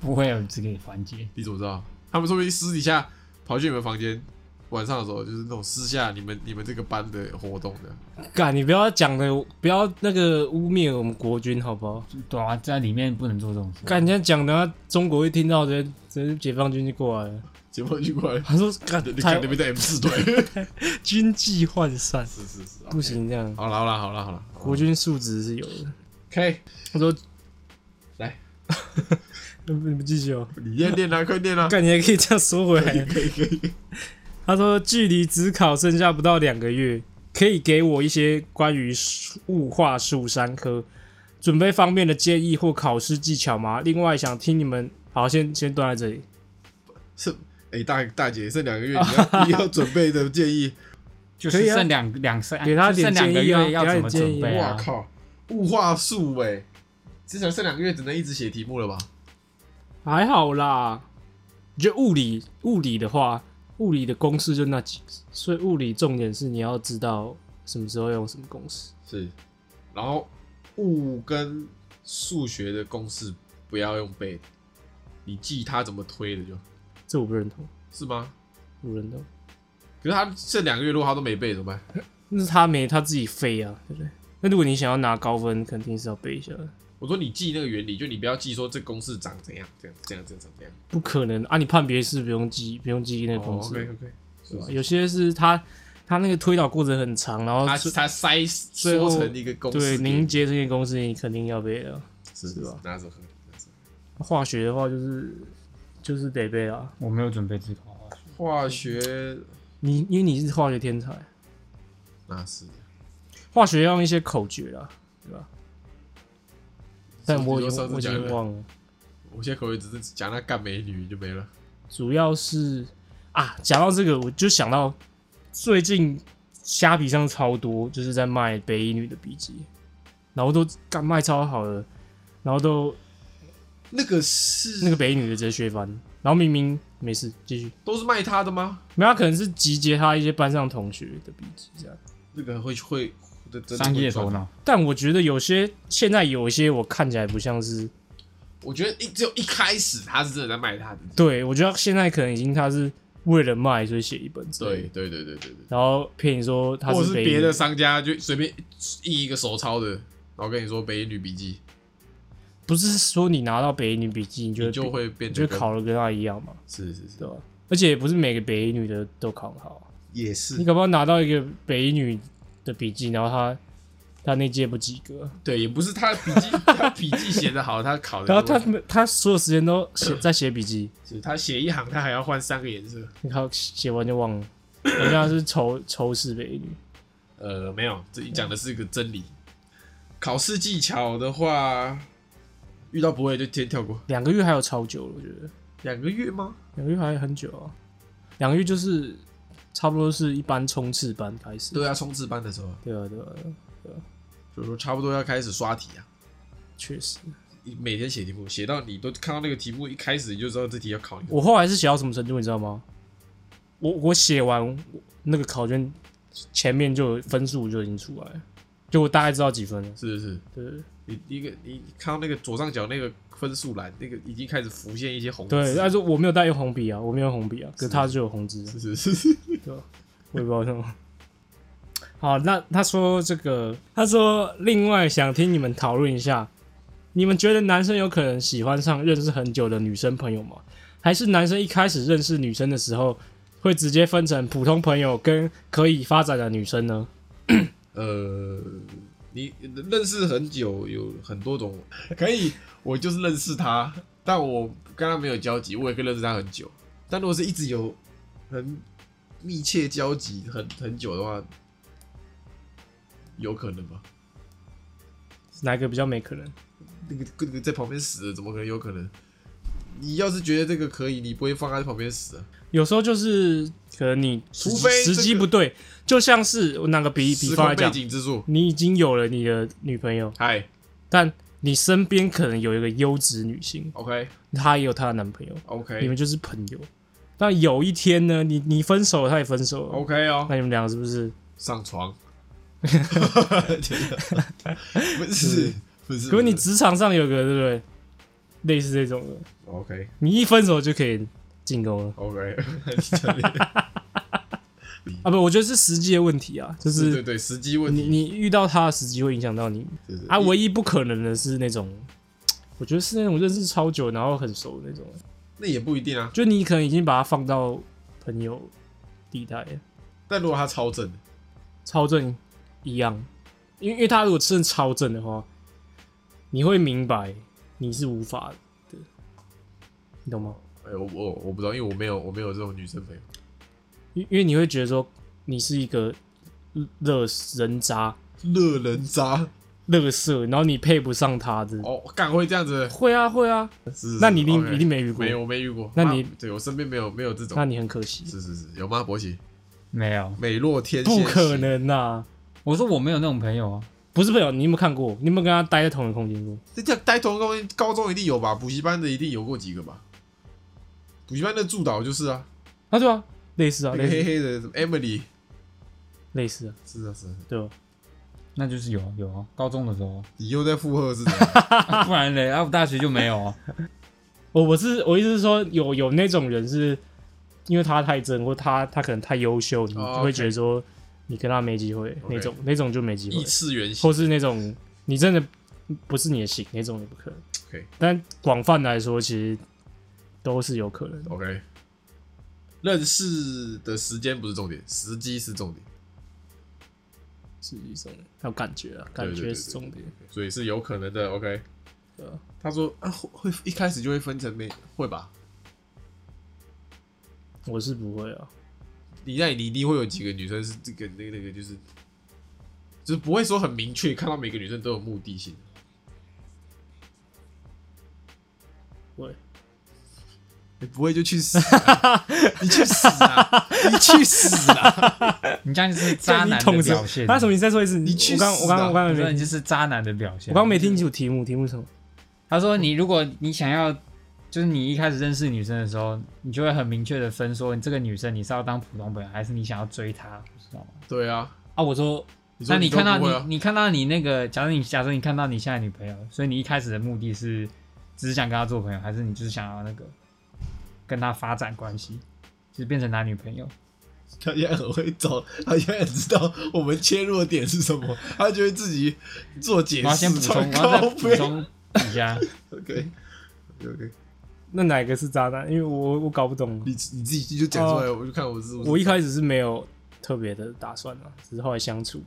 Speaker 3: 不会有这个环节，
Speaker 1: 你怎么知道？他们说不定私底下跑去你们房间，晚上的时候就是那种私下你们你们这个班的活动的。
Speaker 2: 干，你不要讲的，不要那个污蔑我们国军好不好？
Speaker 3: 对啊，在里面不能做这种事。
Speaker 2: 干，人家讲的，中国一听到，直接直接解放军就过来了，
Speaker 1: 结果就过来，
Speaker 2: 他说干，
Speaker 1: 你
Speaker 2: 台
Speaker 1: 看那边在 M 四 队，
Speaker 2: 军纪涣散，
Speaker 1: 是是是，
Speaker 2: 不。行这样，
Speaker 1: 好了好了好了好了
Speaker 2: 国军素质是有的。
Speaker 1: ，OK，
Speaker 2: 我说
Speaker 1: 来，
Speaker 2: 你不继续哦，
Speaker 1: 你练练啊，快练 啊，
Speaker 2: 感觉可以这样说回来。
Speaker 1: 可以可以。
Speaker 2: 他说，距离职考剩下不到两个月，可以给我一些关于物化数三科准备方面的建议或考试技巧吗？另外，想听你们，好，先先断在这里。
Speaker 1: 是，哎，大大姐剩两个月，你 要你要准备的建议，
Speaker 3: 就是剩两两三，
Speaker 2: 啊给他
Speaker 3: 就
Speaker 2: 点
Speaker 3: 剩两个
Speaker 2: 建议啊
Speaker 3: 月要怎么准
Speaker 2: 对
Speaker 3: 备
Speaker 1: 哇
Speaker 3: 啊？
Speaker 1: 靠，物化术哎，至少剩两个月只能一直写题目了吧？
Speaker 2: 还好啦，我觉得物理物理的话，物理的公式就那几个，所以物理重点是你要知道什么时候用什么公式。
Speaker 1: 是，然后物跟数学的公式不要用背的，你记它怎么推的就，
Speaker 2: 这我不认同，
Speaker 1: 是吗？
Speaker 2: 不认同。
Speaker 1: 可是他这两个月如果他都没背怎么办？
Speaker 2: 那是他没他自己飞啊，对不对？那如果你想要拿高分，肯定是要背一下的，
Speaker 1: 我说你记那个原理，就你不要记说这公式长怎样，这样这样这样这样。
Speaker 2: 不可能啊！你判别是不用记，不用记那个公式，
Speaker 1: 哦 OK OK，
Speaker 2: 对吧
Speaker 1: 是
Speaker 2: 有些哦是他他那个推导过程很长，然后
Speaker 1: 他
Speaker 2: 是
Speaker 1: 他塞
Speaker 2: 最后
Speaker 1: 缩成一个公式给
Speaker 2: 对
Speaker 1: 你，
Speaker 2: 凝结这些公式，你肯定要背啊的。
Speaker 1: 是是吧？那是很
Speaker 2: 化学的话就是就是得背啊，
Speaker 3: 我没有准备自考化学，
Speaker 1: 化学
Speaker 2: 你因为你是化学天才，
Speaker 1: 那是，
Speaker 2: 化学要用一些口诀啦，对吧？但我已
Speaker 1: 有
Speaker 2: 经
Speaker 1: 上
Speaker 2: 我
Speaker 1: 次
Speaker 2: 已
Speaker 1: 讲
Speaker 2: 经
Speaker 1: 的，
Speaker 2: 忘了，
Speaker 1: 我现在口语只是讲那干美女就没了。
Speaker 2: 主要是啊，讲到这个，我就想到最近虾皮上超多，就是在卖北一女的笔记，然后都干卖超好了，然后都
Speaker 1: 那个是
Speaker 2: 那个北一女的直接削翻，然后明明没事，继续，
Speaker 1: 都是卖她的吗？
Speaker 2: 没有，他可能是集结他一些班上同学的笔记这样。
Speaker 1: 那个会会真的
Speaker 3: 商业头
Speaker 1: 会赚
Speaker 3: 脑，
Speaker 2: 但我觉得有些现在有一些我看起来不像是，
Speaker 1: 我觉得一只有一开始他是真的在卖他的，
Speaker 2: 对我觉得现在可能已经他是为了卖所以写一本之类的
Speaker 1: 对对对对对对，
Speaker 2: 然后骗你说他
Speaker 1: 或者
Speaker 2: 是
Speaker 1: 是
Speaker 2: 北
Speaker 1: 别的
Speaker 2: 女
Speaker 1: 商家就随便印一个手抄的，然后跟你说《北一女笔记
Speaker 2: 不是说你拿到北一女笔记你》，就
Speaker 1: 你
Speaker 2: 会
Speaker 1: 就
Speaker 2: 比
Speaker 1: 会变
Speaker 2: 你
Speaker 1: 得
Speaker 2: 就
Speaker 1: 跟
Speaker 2: 考了跟他一样嘛，
Speaker 1: 是是是
Speaker 2: 对，吧？而且也不是每个北一女的都考得好，
Speaker 1: 也
Speaker 2: 你
Speaker 1: 是
Speaker 2: 搞不好拿到一个北一女的笔记，然后他他那届不及格，
Speaker 1: 对，也不是他笔 记他笔记写的好，他考的，
Speaker 2: 然后他他所有时间都写在写笔记，
Speaker 1: 是他写一行他还要换三个颜色，
Speaker 2: 你看写完就忘了，好像是仇仇视北一女。
Speaker 1: 呃，没有，这你讲的是一个真理。考试技巧的话，遇到不会就先跳过，
Speaker 2: 两个月还有超久了，我觉得
Speaker 1: 两个月吗？
Speaker 2: 两个月还很久啊，两个月就是差不多是一般冲刺班开始。
Speaker 1: 对啊，冲刺班的时候，
Speaker 2: 对啊，对啊，对啊
Speaker 1: 就是说差不多要开始刷题啊。
Speaker 2: 确实。
Speaker 1: 你每天写题目，写到你都看到那个题目，一开始你就知道这题要考你。
Speaker 2: 我后来是写到什么程度，你知道吗？我我写完那个考卷前面就有分数就已经出来了，就我大概知道几分了。
Speaker 1: 是是是，
Speaker 2: 对
Speaker 1: 你一个你看到那个左上角那个分数栏，那个已经开始浮现一些红
Speaker 2: 对，
Speaker 1: 字。
Speaker 2: 但是我没有带用红笔啊，我没有用红笔啊，可是他就有红字，
Speaker 1: 是是是，
Speaker 2: 我也不知道为什么。好，那他说这个，他说另外想听你们讨论一下，你们觉得男生有可能喜欢上认识很久的女生朋友吗？还是男生一开始认识女生的时候，会直接分成普通朋友跟可以发展的女生呢？
Speaker 1: 呃，你认识很久，有很多种，可以，我就是认识他，但我跟他没有交集，我也可以认识他很久。但如果是一直有很密切交集很很久的话，有可能吧？
Speaker 2: 哪个比较没可能？
Speaker 1: 那个那个在旁边死了，怎么可能有可能？你要是觉得这个可以，你不会放他在旁边死、啊。
Speaker 2: 有时候就是可能你
Speaker 1: 除
Speaker 2: 时机
Speaker 1: 非这个
Speaker 2: 时机不对，就像是我拿个比比
Speaker 1: 时
Speaker 2: 方来
Speaker 1: 空背
Speaker 2: 讲，
Speaker 1: 景之术，
Speaker 2: 你已经有了你的女朋友，
Speaker 1: 嗨
Speaker 2: 但你身边可能有一个优质女性，
Speaker 1: ，OK
Speaker 2: 她也有她的男朋友，你
Speaker 1: OK
Speaker 2: 们就是朋友。但有一天呢，你你分手了，她也分手了，
Speaker 1: OK 哦，
Speaker 2: 那你们两个是不是？
Speaker 1: 上 床。不是不是，
Speaker 2: 可是你职场上有个对不对？类似这种的，
Speaker 1: OK
Speaker 2: 你一分手就可以进攻了
Speaker 1: OK，
Speaker 2: 啊！不，我觉得是时机的问题啊，就
Speaker 1: 对
Speaker 2: 是
Speaker 1: 对对，时机问
Speaker 2: 你
Speaker 1: 题。
Speaker 2: 你遇到他的时机会影响到你
Speaker 1: 对对
Speaker 2: 啊，
Speaker 1: 你
Speaker 2: 唯一不可能的是那种，我觉得是那种认识超久然后很熟的那种，
Speaker 1: 那也不一定啊。
Speaker 2: 就你可能已经把它放到朋友地带了，
Speaker 1: 但如果他超正，
Speaker 2: 超正一样，因为因为他如果真的超正的话，你会明白你是无法的，你懂吗？
Speaker 1: 哎，我我我不知道，因为我没有我没有这种女生朋友。
Speaker 2: 因因为你会觉得说你是一个乐人渣、
Speaker 1: 乐人渣
Speaker 2: 乐色，然后你配不上他的，
Speaker 1: 哦，敢会这样子？
Speaker 2: 会啊会啊，
Speaker 1: 是是
Speaker 2: 那你一定
Speaker 1: OK
Speaker 2: 一定没遇过
Speaker 1: 没有，我没遇过。
Speaker 2: 那你
Speaker 1: 妈对我身边没有没有这种
Speaker 2: 那。你很可惜，
Speaker 1: 是是是，有吗？博喜，
Speaker 3: 没有。
Speaker 1: 美若天仙，
Speaker 2: 不可，能呐、啊。
Speaker 3: 我说我没有那种朋友啊，
Speaker 2: 不是朋友，你有没有看过？你有没有跟他待在同一个空间过？
Speaker 1: 这叫待同高高中一定有吧？补习班的一定有过几个吧？补习班的助导就是啊，
Speaker 2: 啊，对啊，类似啊，
Speaker 1: 那
Speaker 2: 类
Speaker 1: 个黑黑
Speaker 2: 似，
Speaker 1: 的什么 Emily，
Speaker 2: 类似啊，
Speaker 1: 是啊是啊，
Speaker 2: 对吧？
Speaker 3: 那就是有啊有啊，高中的时 候啊，
Speaker 1: 你又在附和是的，
Speaker 3: 啊不然嘞，啊我大学就没有啊。
Speaker 2: 我哦我是我意思是说，有有那种人是因为他太正，或他他可能太优秀，你
Speaker 1: 哦
Speaker 2: 就会觉得说你跟他没机会那种，那种就没机
Speaker 1: 异
Speaker 2: 会，
Speaker 1: 次元型
Speaker 2: 或是那种你真的不是你的型那种也不可能。
Speaker 1: OK
Speaker 2: 但广泛来说，其实都是有可能的。
Speaker 1: ，OK。认识的时间不是重点，时机是重点，
Speaker 2: 是一种还有感觉啊，
Speaker 1: 对
Speaker 2: 感觉
Speaker 1: 对
Speaker 2: 是
Speaker 1: 对
Speaker 2: 重点。
Speaker 1: 所以是有可能的。OK，
Speaker 2: 对啊
Speaker 1: 他说啊会会一开始就会分成没会吧？
Speaker 2: 我是不会啊。
Speaker 1: 你在你一定会有几个女生是这个那个那个，就是就是不会说很明确，看到每个女生都有目的性。
Speaker 2: 会，
Speaker 1: 你不会就去死啊、 你去死啊！ 你去死啊！
Speaker 3: 你这样就是渣男
Speaker 2: 你
Speaker 3: 的
Speaker 2: 捅
Speaker 3: 表现。
Speaker 2: 他什么？你再说一次。
Speaker 1: 你去
Speaker 2: 我刚
Speaker 1: 死
Speaker 2: 我刚
Speaker 1: 啊
Speaker 2: 我刚
Speaker 3: 我
Speaker 2: 刚
Speaker 3: 说
Speaker 2: 没
Speaker 3: 你，就是渣男的表现。
Speaker 2: 我刚没听清楚题目，题目是什么？
Speaker 3: 他说你如果你想要，就是你一开始认识女生的时候，你就会很明确的分说，你这个女生你是要当普通朋友，还是你想要追她，知道吗？
Speaker 1: 对啊，
Speaker 3: 啊，我说，
Speaker 1: 你说
Speaker 3: 那你
Speaker 1: 都
Speaker 3: 看到
Speaker 1: 不会啊
Speaker 3: 你，你看到你那个，假设你假设你看到你现在女朋友，所以你一开始的目的是只是想跟她做朋友，还是你就是想要那个跟她发展关系，就是变成男女朋友？
Speaker 1: 他现在很会找，他现在很知道我们切入的点是什么， 他就会自己做解
Speaker 3: 我要先
Speaker 1: 释。
Speaker 3: 补充，我要
Speaker 1: 靠
Speaker 3: 再补
Speaker 1: 背
Speaker 3: 充一下。
Speaker 1: OK OK，
Speaker 2: 那哪个是渣男？因为我我搞不懂。
Speaker 1: 你你自己就讲出来，我就哦看我是不是
Speaker 2: 我一开始是没有特别的打算啊，只是后来相处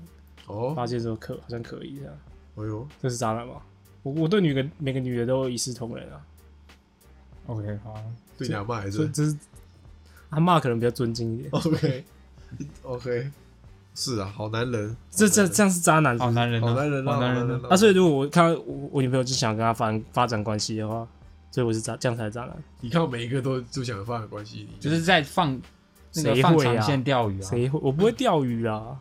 Speaker 1: 哦，
Speaker 2: 发现说可好像可以这样，
Speaker 1: 哎呦，
Speaker 2: 这是渣男吗？我我对女的每个女的都一视同仁啊，
Speaker 3: OK，好，
Speaker 1: 对你哦阿妈还
Speaker 2: 所以
Speaker 1: 是
Speaker 2: 这是他骂可能比较尊敬一点。
Speaker 1: OK OK，是啊，好男人，
Speaker 2: 这
Speaker 1: 好
Speaker 2: 这
Speaker 1: 男人
Speaker 2: 这样是渣男是
Speaker 3: 好
Speaker 2: 不是
Speaker 3: 男人、哦，
Speaker 1: 好男人啊，
Speaker 3: 好
Speaker 1: 好
Speaker 3: 男
Speaker 1: 男
Speaker 3: 人、
Speaker 1: 人
Speaker 3: 哦。
Speaker 1: 啊，
Speaker 2: 啊！所以如果我看到我我女朋友就想跟他发发展关系的话，所以我是渣，这样才是渣男。
Speaker 1: 你看我每一个都就想发展关系，你
Speaker 3: 就是在放那个
Speaker 2: 谁
Speaker 3: 放
Speaker 2: 会
Speaker 3: 长
Speaker 2: 啊
Speaker 3: 线钓鱼啊。
Speaker 2: 谁会？我不会钓鱼啊！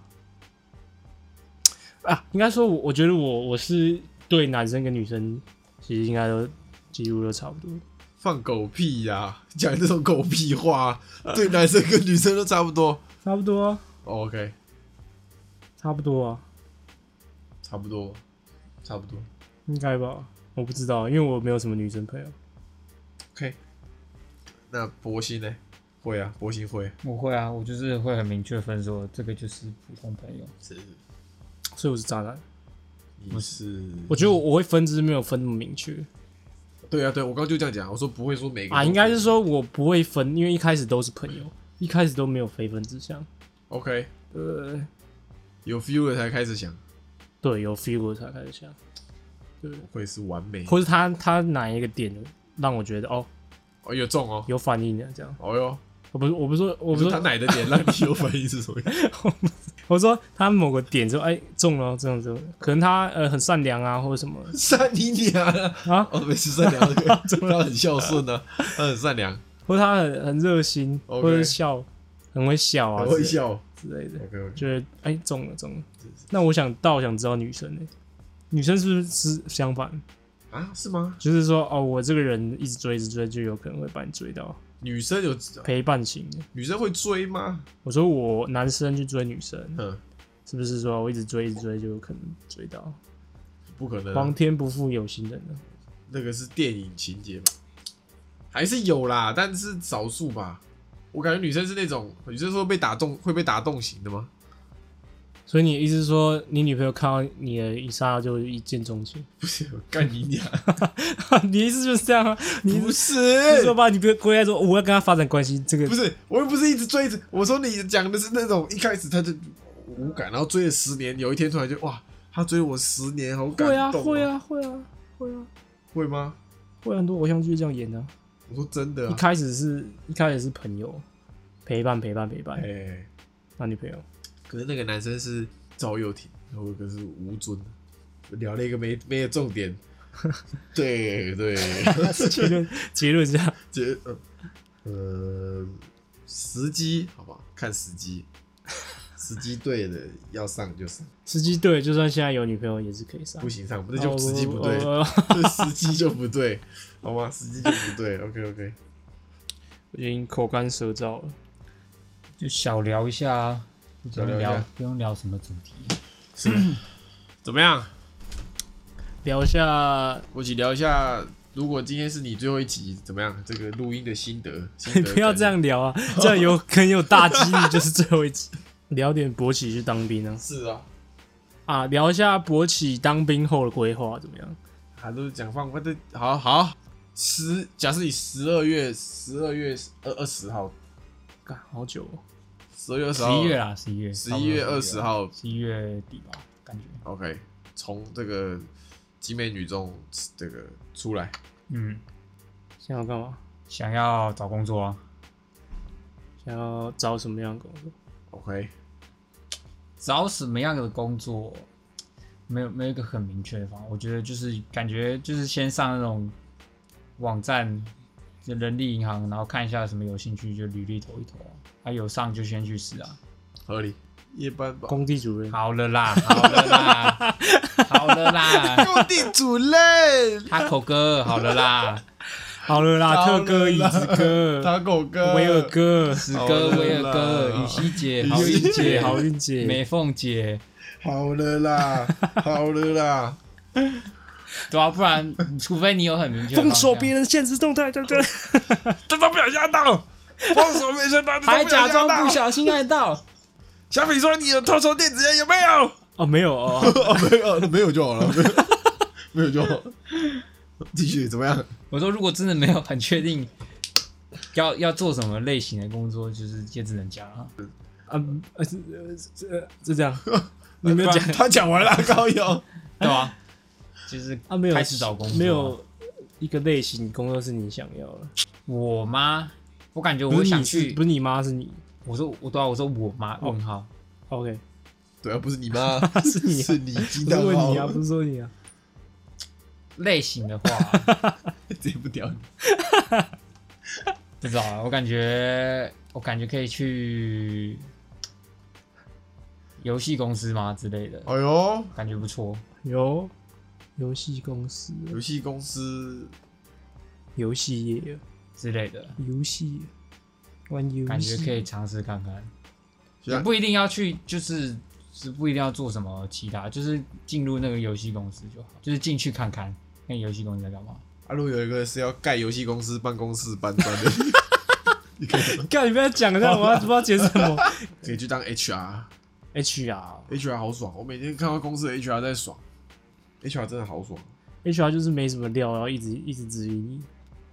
Speaker 2: 啊，应该说我，我觉得我我是对男生跟女生其实应该都几乎都差不多。
Speaker 1: 放狗屁呀、 讲这种狗屁话，对男生跟女生都差不多。哦
Speaker 2: 差不多、啊，
Speaker 1: OK，
Speaker 2: 差不多啊，
Speaker 1: 差不多，差不多。
Speaker 2: 应该吧？我不知道，因为我没有什么女生朋友。
Speaker 1: OK，那博鑫呢？会啊，博鑫会。
Speaker 3: 我会啊，我就是会很明确分说，这个就是普通朋友。
Speaker 1: 是，
Speaker 2: 所以我是渣男，
Speaker 1: 你是？
Speaker 2: 我觉得我我会分，只是没有分那么明确
Speaker 1: 对啊，对我刚刚就这样讲，我说不会说每个
Speaker 2: 啊，
Speaker 1: 都
Speaker 2: 应该是说我不会分，因为一开始都是朋友，一开始都没有非分之想。
Speaker 1: OK，
Speaker 2: 呃，
Speaker 1: 有 feel 了才开始想，
Speaker 2: 对，有 feel 我才开始想，
Speaker 1: 不愧是完美，
Speaker 2: 或是他他哪一个点让我觉得哦
Speaker 1: 哦，有中哦，
Speaker 2: 有反应的这样。
Speaker 1: 哦哟，
Speaker 2: 我不是我不是说我
Speaker 1: 我
Speaker 2: 不是
Speaker 1: 他
Speaker 2: 说
Speaker 1: 奶的脸让你有反应是什么意 思？
Speaker 2: 我说他某个点就哎中了这样子，可能他呃很善良啊或者什么
Speaker 1: 善你娘啊！
Speaker 2: 啊，
Speaker 1: 哦，没事，善良，他很孝顺啊，他很善良，
Speaker 2: 或者他很很热心，
Speaker 1: OK
Speaker 2: 或者是笑很会笑啊
Speaker 1: 很
Speaker 2: 之类
Speaker 1: 会笑。
Speaker 2: 之类的，
Speaker 1: OK OK。
Speaker 2: 觉得哎中了中了。那我想倒想知道女生呢、女生是不是是相反？
Speaker 1: 啊，是吗？
Speaker 2: 就是说哦我这个人一直追一直追，就有可能会把你追到
Speaker 1: 女生有
Speaker 2: 陪伴型的。
Speaker 1: 女生会追吗？
Speaker 2: 我说我男生去追女生，
Speaker 1: 嗯，
Speaker 2: 是不是说我一直追一直追就有可能追到？
Speaker 1: 不可能啊、
Speaker 2: 皇天不负有心人呢、
Speaker 1: 那个是电影情节吧？还是有啦，但是少数吧。我感觉女生是那种，女生说被打动会被打动型的吗？
Speaker 2: 所以你的意思是说，你女朋友看到你的一刹那就一见钟情？
Speaker 1: 不是，干你娘！
Speaker 2: 你的意思就是这样啊？ 你
Speaker 1: 不是，
Speaker 2: 你说吧，你不要回来说我要跟他发展关系，这个
Speaker 1: 不是，我又不是一直追着。我说你讲的是那种一开始他就无感，然后追了十年，有一天突然就哇，他追我十年，好感
Speaker 2: 会啊
Speaker 1: 动、
Speaker 2: 会
Speaker 1: 啊，
Speaker 2: 啊会啊会啊
Speaker 1: 会吗？
Speaker 2: 会啊很多偶像剧这样演的啊、
Speaker 1: 我说真的、
Speaker 2: 一
Speaker 1: 啊，
Speaker 2: 开始是一开始是朋友陪伴陪伴陪伴
Speaker 1: 哎、，
Speaker 2: 男女朋 友
Speaker 1: 可是那个男生是赵又廷，然后可是吴尊，聊了一个没没有重点。 对对，
Speaker 2: 结论结论这样，
Speaker 1: 这呃时机好不好？看时机，时机对的要上就上，
Speaker 2: 时机对，就算现在有女朋友也是可以上
Speaker 1: 不，行上那就时机不 对，
Speaker 2: 哦哦哦
Speaker 1: 这时机就不对，好吗？时机就不对。OK OK，
Speaker 2: 已经口干舌燥了。
Speaker 3: 就小聊一下啊，不
Speaker 1: 小聊一
Speaker 3: 用聊
Speaker 1: 下
Speaker 3: 不用聊什么主题。
Speaker 1: 是怎么样？
Speaker 2: 聊一下，
Speaker 1: 我一起聊一下。如果今天是你最后一集，怎么样？这个录音的心得，心
Speaker 2: 你
Speaker 1: 得
Speaker 2: 不要
Speaker 1: 感
Speaker 2: 这
Speaker 1: 想
Speaker 2: 样聊啊，这样 有可能有大几率就是最后一集。聊点勃起去当兵啊
Speaker 1: 是啊，
Speaker 2: 啊，聊一下勃起当兵后的规划怎么样？
Speaker 1: 啊，都是讲放我的好好。十，假设你十二月十二月二二十号，
Speaker 2: 干好久、哦，
Speaker 1: 十二月二十
Speaker 3: 十
Speaker 1: 号，
Speaker 3: 一月啊，十一月，
Speaker 1: 十一月二十，号
Speaker 3: 十一月底吧，感觉。
Speaker 1: ，OK，从这个集美女中这个出来，
Speaker 3: 嗯，
Speaker 2: 想要干嘛？
Speaker 3: 想要找工作啊，
Speaker 2: 想要找什么样的工作？
Speaker 1: OK，
Speaker 3: 找什么样的工作，没有没有一个很明确的方法。我觉得就是感觉就是先上那种网站，就人力银行，然后看一下什么有兴趣就履历投一投啊，啊有上就先去试啊。
Speaker 1: 合理，一般 吧。
Speaker 2: 工地主任，
Speaker 3: 好了啦，好了 啦，好了啦，
Speaker 1: 工地主任，
Speaker 3: 哈口哥，好了啦，
Speaker 2: 好了啦，特哥、椅子哥、
Speaker 1: 唐狗哥，
Speaker 2: 威尔哥、
Speaker 3: 子哥、
Speaker 1: 好了啦
Speaker 3: 威尔哥、雨熙姐、好
Speaker 2: 好
Speaker 3: 运
Speaker 2: 运
Speaker 3: 姐、
Speaker 2: 姐、好运姐，
Speaker 3: 美凤姐，
Speaker 1: 好了啦，好了啦，
Speaker 3: 对啊，不然除非你有很明确的
Speaker 2: 封
Speaker 3: 方
Speaker 2: 锁
Speaker 3: 向
Speaker 2: 别人现实动态，对不对？
Speaker 1: 这都不小心到，放手没声到，
Speaker 3: 还哎假装不。小心按到，
Speaker 1: 小品说你有偷抽电子烟有没 有？
Speaker 2: 哦，没有哦，
Speaker 1: 没有，没有就好了，没有没有就好。继续怎么样？
Speaker 3: 我说，如果真的没有很确定要要做什么类型的工作，就是也只能讲啊。
Speaker 2: 啊，呃，是呃是呃是这样，你没有讲
Speaker 1: 他讲完了，高友。
Speaker 3: 对啊，就是
Speaker 2: 啊？没有
Speaker 3: 开始找工作啊
Speaker 2: 没有一个类型工作是你想要的，
Speaker 3: 我妈，我感觉
Speaker 2: 不
Speaker 3: 我
Speaker 2: 是
Speaker 3: 想
Speaker 2: 你是
Speaker 3: 去
Speaker 2: 不。是哦你妈是你
Speaker 3: 我说我对啊，我说我妈问号，
Speaker 2: ？OK，
Speaker 1: 对啊，不是你妈，
Speaker 2: 是你啊
Speaker 1: 是你金
Speaker 2: 不是
Speaker 1: 蛋
Speaker 2: 问
Speaker 1: 糕
Speaker 2: 你啊， 不是说你啊，
Speaker 3: 类型的话
Speaker 1: 直接不屌你。
Speaker 3: 不知道啊，我感觉我感觉可以去游戏公司吗之类的，
Speaker 2: 哦
Speaker 1: 哎呦，
Speaker 3: 感觉不错。
Speaker 2: 有游戏公司、
Speaker 1: 游戏公司
Speaker 2: 游戏业、
Speaker 3: 之类的，
Speaker 2: 游戏玩游戏，
Speaker 3: 感觉可以尝试看看，
Speaker 1: 现
Speaker 2: 啊
Speaker 3: 也
Speaker 1: 在
Speaker 3: 不一定要去，就是是不一定要做什么其他，就是进入那个游戏公司就好，就是进去看看那个游戏公司在干嘛。
Speaker 1: 阿路有一个是要盖游戏公司办公室搬砖的，你可以
Speaker 2: 干，你不要讲这 样，我要不知道解释什么。
Speaker 1: 可以去当 HR。
Speaker 2: HR
Speaker 1: HR 好爽，我每天看到公司的 HR 在爽，HR 真的好爽。
Speaker 2: HR 就是没什么料，然后一直一直质疑你。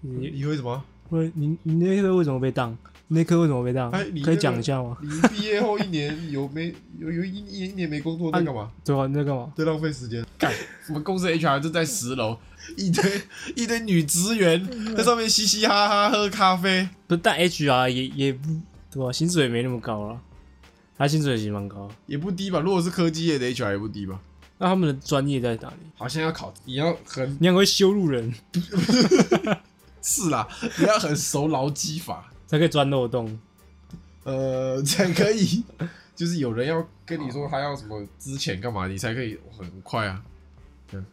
Speaker 2: 你
Speaker 1: 你会什么？
Speaker 2: 我嗯你你那科为什么被当？你那科为什么被当？
Speaker 1: 哎你
Speaker 2: 可
Speaker 1: 那个
Speaker 2: 以讲一下吗？
Speaker 1: 你毕业后一年有没 有有一一一年没工作在干嘛？
Speaker 2: 对啊，你在干嘛？
Speaker 1: 在浪费时间。干，我们公司的 HR 就在十楼，一堆一堆女职员在上面嘻嘻哈哈喝咖啡。
Speaker 2: 不是，但 HR 也也不对吧、薪水也没那么高了，他薪水其实蛮高的。
Speaker 1: 也不低吧？如果是科技业的 HR 也不低吧？
Speaker 2: 那他们的专业在哪里？
Speaker 1: 好像要考，你要很
Speaker 2: 你很会羞辱人，
Speaker 1: 是啦，你要很熟劳基法，
Speaker 2: 才可以钻漏洞。
Speaker 1: 呃，才可 以。就是有人要跟你说他要什么之前干嘛，你才可以很快啊。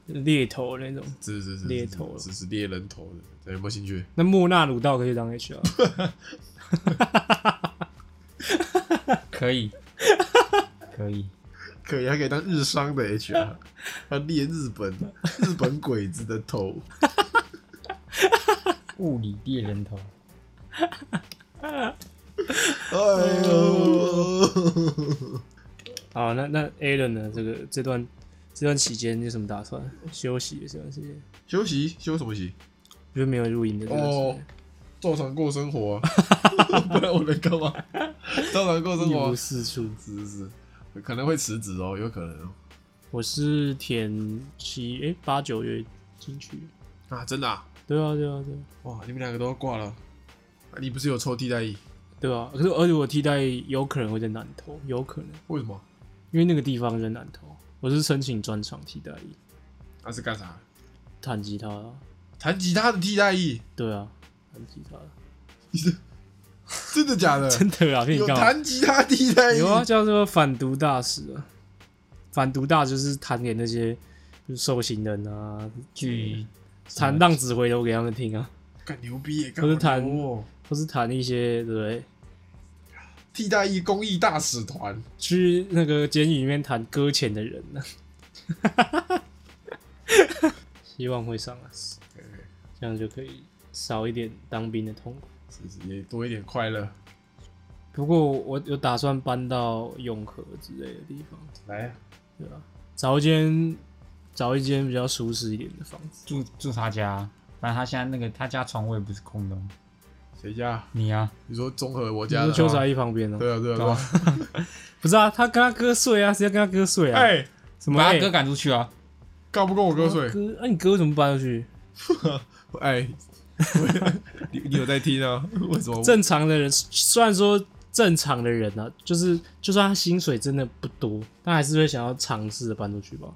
Speaker 2: 猎头那种。
Speaker 1: 是是是，
Speaker 2: 猎头
Speaker 1: 是是猎人头的，有没有兴趣？
Speaker 2: 那莫纳鲁道可以当 HR，
Speaker 3: 可以， 可以，
Speaker 1: 可以，还可以当日商的 HR，他猎日 本日本鬼子的头。
Speaker 3: 物理猎人头，
Speaker 1: 哎呦，
Speaker 2: 好，那那 Alan 呢？这个这段这段期间你有什么打算？休息这段时间，
Speaker 1: 休息休什么息？
Speaker 2: 就没有录音的这段时
Speaker 1: 哦
Speaker 2: 间。，
Speaker 1: 照常过生活、 啊，不然我能干嘛？照常过生
Speaker 2: 一
Speaker 1: 活啊、
Speaker 2: 无是处。
Speaker 1: 是是是，可能会辞职哦，有可能哦。
Speaker 2: 我是填七诶八九月进去，
Speaker 1: 啊，真的、啊？
Speaker 2: 对啊对啊对啊
Speaker 1: 哇，你们两个都要挂了、啊你不是有抽替代役？
Speaker 2: 对啊。可是而且我替代有可能会在南投，有可能，
Speaker 1: 为什么？
Speaker 2: 因为那个地方在南投。我是申请专场替代役，
Speaker 1: 那、是干啥？
Speaker 2: 弹吉他啊，
Speaker 1: 弹吉他的替代役？
Speaker 2: 对啊，弹吉他，
Speaker 1: 真的假的？
Speaker 2: 真的啊，跟你
Speaker 1: 有
Speaker 2: 干嘛？
Speaker 1: 弹吉他替代役？
Speaker 2: 有啊，叫做反毒大使啊，反毒大就是弹给那些就是受刑人啊，
Speaker 3: 去
Speaker 2: 弹《浪子回头》给他们听啊，
Speaker 1: 干牛逼耶！干
Speaker 2: 不是
Speaker 1: 好
Speaker 2: 弹
Speaker 1: 牛哦
Speaker 2: 或是弹一些对不对？
Speaker 1: 替代役公益大使团，
Speaker 2: 去那个监狱里面弹搁浅的人啊呢、 希望会上啊，
Speaker 1: 哎
Speaker 2: 这样就可以少一点当兵的痛苦。
Speaker 1: 是是也多一点快乐。
Speaker 2: 不过我有打算搬到永和之类的地方，
Speaker 1: 来啊，
Speaker 2: 对吧、找一间找一间比较舒适一点的房子，
Speaker 3: 住住他家，反正他现在那个他家床位不是空的吗？
Speaker 1: 谁家？
Speaker 3: 你啊，
Speaker 1: 你说综合我
Speaker 2: 就
Speaker 1: 家
Speaker 2: 是
Speaker 1: 的？
Speaker 2: 邱才一旁边哦、
Speaker 1: 对啊对啊对啊！
Speaker 2: 不是啊，他跟他哥睡啊，谁要跟他哥睡啊？
Speaker 1: 哎、
Speaker 2: 什么
Speaker 3: 把
Speaker 2: 哎啊
Speaker 3: 他哥赶出去啊！
Speaker 1: 干不过我哥
Speaker 2: 他
Speaker 1: 睡。
Speaker 2: 哥，那、你哥为什么不搬出去？
Speaker 1: 哎、 你你有在听啊？为什么？
Speaker 2: 正常的人，虽然说正常的人啊，就是就算他薪水真的不多，但还是会想要尝试的搬出去吧。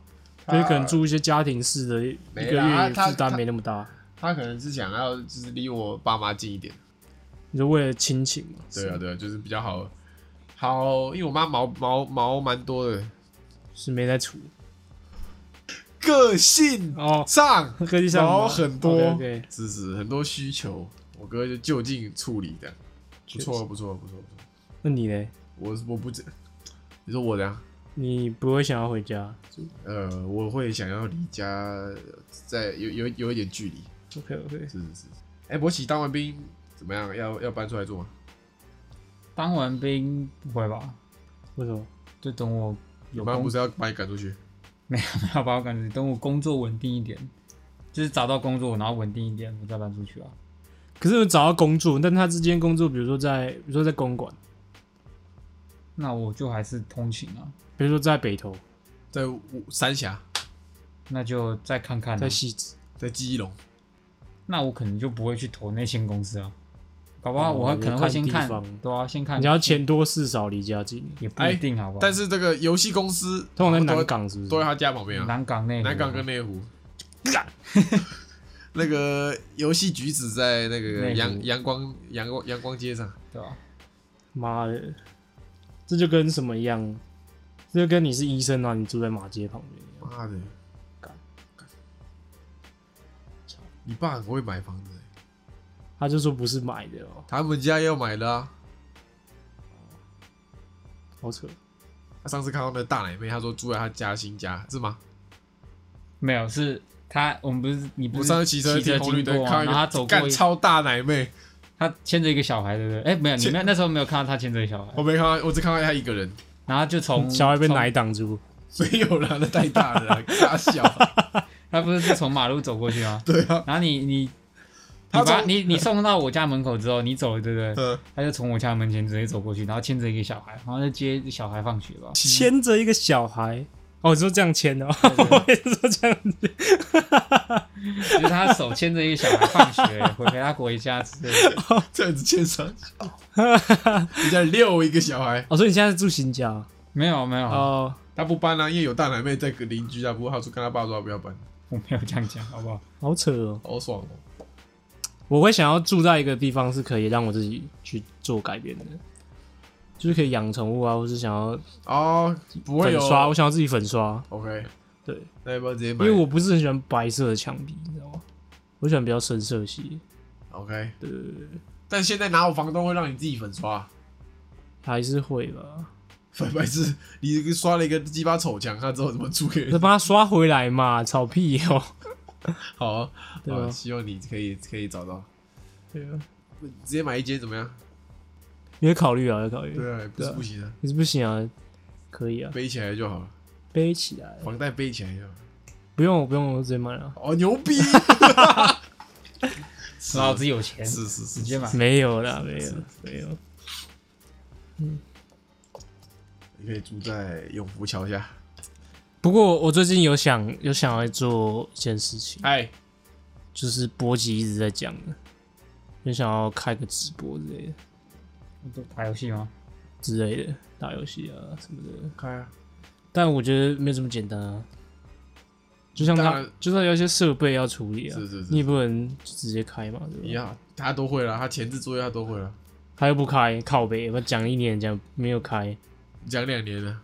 Speaker 2: 所以可能住一些家庭式的，一
Speaker 1: 没
Speaker 2: 个
Speaker 1: 啦
Speaker 2: 月
Speaker 1: 他
Speaker 2: 负担
Speaker 1: 他
Speaker 2: 没那么大。
Speaker 1: 他可能是想要就是离我爸妈近一点。
Speaker 2: 你就为了亲情嘛？
Speaker 1: 对啊，对啊，就是比较好好，因为我妈毛毛毛蛮多的，
Speaker 2: 是没在处
Speaker 1: 个性
Speaker 2: 哦，
Speaker 1: 上
Speaker 2: 科技上
Speaker 1: 毛很多
Speaker 2: OK，，
Speaker 1: 是是很多需求，我哥就就近处理的，不错啊不错不错不错。
Speaker 2: 那你呢？
Speaker 1: 我我不知，你说我怎样？
Speaker 2: 你不会想要回家
Speaker 1: 呃，我会想要离家在有有有一点距离，
Speaker 2: ？OK OK，
Speaker 1: 是是是。哎、博奇当完兵怎么样？要要搬出来住吗？
Speaker 3: 当完兵不会吧？
Speaker 2: 为什么？
Speaker 3: 就等我有
Speaker 1: 有妈
Speaker 3: 工
Speaker 1: 不是要把你赶出去？
Speaker 3: 要把我赶出去，等我工作稳定一点，就是找到工作，然后稳定一点，我再搬出去啊。
Speaker 2: 可是我找到工作，但他之间工作，比如说在，比如说在公馆，
Speaker 3: 那我就还是通勤啊，
Speaker 2: 比如说在北投，
Speaker 1: 在五三峡，
Speaker 3: 那就再看看啊、
Speaker 2: 在戏子，
Speaker 1: 在基隆，
Speaker 3: 那我可能就不会去投那间公司啊，搞不好
Speaker 2: 哦
Speaker 3: 我会可能会先
Speaker 2: 也看地
Speaker 3: 看
Speaker 2: 方，
Speaker 3: 对啊，先看。
Speaker 2: 你要哎钱多事少，离家近，
Speaker 3: 也不一定好啊不好？
Speaker 1: 但是这个游戏公司
Speaker 2: 通常在
Speaker 1: 都
Speaker 2: 南港是不
Speaker 1: 都在
Speaker 2: 是？
Speaker 1: 他家旁边啊，
Speaker 3: 南港那
Speaker 1: 南港跟内湖。 那个游戏橘子在那个
Speaker 3: 内湖
Speaker 1: 阳阳光阳光阳光街上，
Speaker 3: 对啊吧、
Speaker 2: 妈的，这就跟什么一样？这就跟你是医生啊，你住在马街旁边一样。
Speaker 1: 妈的，
Speaker 2: 干
Speaker 1: 干你爸很会买房子欸、
Speaker 2: 他就说不是买的哦，
Speaker 1: 他们家要买的啊。
Speaker 2: 好扯。
Speaker 1: 他上次看到那个大奶妹，她说住在她家新家，是吗？
Speaker 3: 没有，是他，我们不是你
Speaker 1: 我
Speaker 3: 不
Speaker 1: 们
Speaker 3: 是
Speaker 1: 上次骑车
Speaker 3: 骑
Speaker 1: 停红绿
Speaker 3: 经
Speaker 1: 灯，
Speaker 3: 过啊，
Speaker 1: 看
Speaker 3: 然
Speaker 1: 到
Speaker 3: 后
Speaker 1: 一
Speaker 3: 他
Speaker 1: 个
Speaker 3: 走过
Speaker 1: 干
Speaker 3: 一，
Speaker 1: 超大奶妹，
Speaker 3: 他牵着一个小孩，对不对？哎、没有，你
Speaker 1: 牵
Speaker 3: 没有，那时候没有看到他牵着一个小孩
Speaker 1: 我，没看到，我只看到她一个人，
Speaker 3: 然后就从
Speaker 2: 哦小孩被
Speaker 3: 从
Speaker 2: 奶挡住，
Speaker 1: 没有啦，那太大了啦， 大小。啊
Speaker 3: 他不是是从马路走过去吗？
Speaker 1: 对啊，
Speaker 3: 然后你你
Speaker 1: 他
Speaker 3: 你把
Speaker 1: 从
Speaker 3: 你你送到我家门口之后，你走了对不对？
Speaker 1: 呃，
Speaker 3: 他就从我家门前直接走过去，然后牵着一个小孩，然后就接小孩放学吧。
Speaker 2: 牵着一个小孩。哦，你说这样牵哦，
Speaker 3: 对对
Speaker 2: 我也是说这样子。
Speaker 3: 就是他手牵着一个小孩放学，回陪他回家之类的。
Speaker 1: 这样子牵 上去，你在遛一个小孩，
Speaker 2: 哦，所以你现在是住新家啊
Speaker 3: 没有没有，
Speaker 2: 哦？
Speaker 1: 他不搬啊，因为有大奶妹在隔邻居啊，不过他说跟他爸说他不要搬，
Speaker 3: 我没有这样讲，好不好？
Speaker 2: 好扯哦。
Speaker 1: 好爽哦。
Speaker 2: 我会想要住在一个地方，是可以让我自己去做改变的，就是可以养宠物啊，或是想要
Speaker 1: 哦，不会
Speaker 2: 粉
Speaker 1: 有
Speaker 2: 刷，我想要自己粉刷。
Speaker 1: OK，
Speaker 2: 对，
Speaker 1: 那要不要直接
Speaker 2: 因
Speaker 1: 买？
Speaker 2: 为我不是很喜欢白色的墙壁，你知道吗？我喜欢比较深色系。
Speaker 1: OK，
Speaker 2: 对对对，对
Speaker 1: 但现在哪有房东会让你自己粉刷 啊？
Speaker 2: 还是会吧。
Speaker 1: 粉白是，你刷了一个鸡巴丑墙，他之后怎么租给人
Speaker 2: 再？帮它刷回来嘛，草屁 哦。
Speaker 1: 好啊，
Speaker 2: 对
Speaker 1: 好啊
Speaker 2: 啊
Speaker 1: 希望你可以可以找到，
Speaker 2: 对啊，
Speaker 1: 直接买一间怎么样？
Speaker 2: 你会考虑啊，要考虑。
Speaker 1: 对啊，不
Speaker 2: 对
Speaker 1: 是
Speaker 2: 啊
Speaker 1: 不行的，
Speaker 2: 可是不行啊，可以啊，
Speaker 1: 背起来就好了，
Speaker 2: 背起来。
Speaker 1: 房贷背起来就好了。
Speaker 2: 不用不用，我直接买了。
Speaker 1: 哦，牛 逼！是
Speaker 3: 老子有钱，
Speaker 1: 是是是
Speaker 3: 直接买。
Speaker 2: 没有啦，没
Speaker 1: 啊是
Speaker 2: 有没有。
Speaker 1: 你可以住在永福桥下。
Speaker 2: 不过我最近有想有想要做一件事情，
Speaker 1: 哎，
Speaker 2: 就是波吉一直在讲的，很想要开个直播之类的
Speaker 3: 打游戏吗？
Speaker 2: 之类的，打游戏啊什么的。
Speaker 1: 开啊！
Speaker 2: 但我觉得没有这么简单啊，就像
Speaker 1: 当
Speaker 2: 他
Speaker 1: 然，
Speaker 2: 就算有一些设备要处理啊，
Speaker 1: 是是
Speaker 2: 你也
Speaker 1: 是，
Speaker 2: 不能直接开嘛，
Speaker 1: 一
Speaker 2: 对吧？
Speaker 1: 样，他都会了，他前置作业他都会了，
Speaker 2: 他又不开，靠北，我讲一年讲没有开，
Speaker 1: 讲两年了，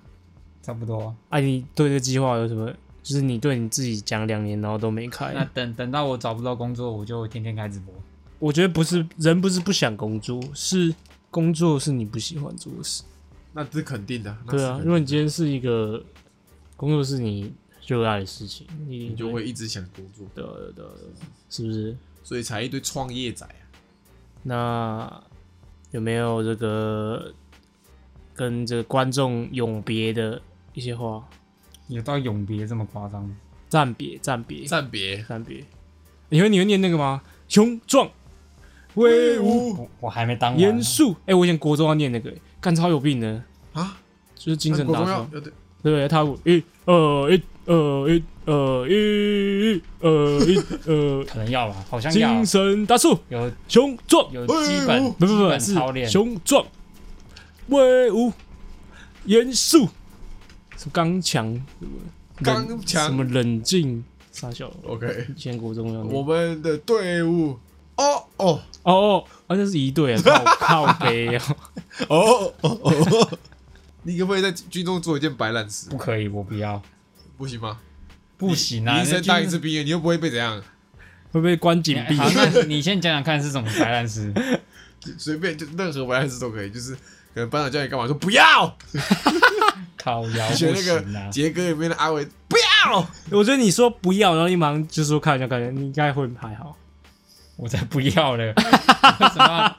Speaker 3: 差不多啊。
Speaker 2: 啊，你对这计划有什么？就是你对你自己讲两年，然后都没
Speaker 1: 哎
Speaker 2: 开，
Speaker 3: 那等等到我找不到工作，我就天天开直播。
Speaker 2: 我觉得不是人不是不想工作，是工作是你不喜欢做的事。
Speaker 1: 那是肯定的。那是
Speaker 2: 对啊
Speaker 1: 肯，定
Speaker 2: 如果你今天是一个工作是你热爱的事情，你一定
Speaker 1: 你就会一直想工作，
Speaker 2: 对啊对啊对啊对啊是不是？
Speaker 1: 所以才一堆创业仔啊。
Speaker 2: 那有没有这个跟这个观众永别的一些话？
Speaker 3: 有到永别这么夸张吗？
Speaker 2: 暂别，暂别，
Speaker 1: 暂别，
Speaker 2: 暂别。你会你会念那个吗？雄壮、威武、
Speaker 1: 呜
Speaker 3: 我我还没当完啊
Speaker 2: 严肃。哎、我以前国中要念那个、欸，干超有病的，
Speaker 1: 啊！
Speaker 2: 就是精神
Speaker 1: 那国
Speaker 2: 打
Speaker 1: 中要
Speaker 2: 手。
Speaker 1: 要对
Speaker 2: 对，他一二一二一二一二一 二
Speaker 3: 可能要吧，好像要啊
Speaker 2: 精神大树
Speaker 3: 有
Speaker 2: 雄壮，
Speaker 3: 有
Speaker 1: 哎
Speaker 3: 基本、
Speaker 1: 呦
Speaker 2: 不不
Speaker 3: 基
Speaker 2: 不
Speaker 3: 本操
Speaker 2: 是
Speaker 3: 练，
Speaker 2: 雄壮、威武、严肃，是刚强，什么冷
Speaker 1: 刚强
Speaker 2: 什么冷静，傻笑。
Speaker 1: OK，
Speaker 2: 全国中央，
Speaker 1: 我们的队伍，哦哦
Speaker 2: 哦，啊，那是一队 啊，靠靠背啊，
Speaker 1: 哦哦哦， 你可不可以在军中做一件白烂事？
Speaker 3: 不可以，我不要，
Speaker 1: 不行吗？
Speaker 3: 不行
Speaker 1: 你
Speaker 3: 啊！
Speaker 1: 一
Speaker 3: 那
Speaker 1: 生
Speaker 3: 军
Speaker 1: 当一次兵，你又不会被怎样，
Speaker 2: 会不会关紧闭？
Speaker 3: 好，那你先讲讲看是什么白烂 事？
Speaker 1: 随便就任何白烂事都可以，就是可能班长叫你干嘛，说不要，
Speaker 3: 烤 窑不
Speaker 1: 学那
Speaker 3: 行
Speaker 1: 个
Speaker 3: 啊！
Speaker 1: 杰哥里面的阿伟，不要，
Speaker 2: 我觉得你说不要，然后你马上就说看一下看一下，你应该会还好。
Speaker 3: 我才不要 了！为什么要？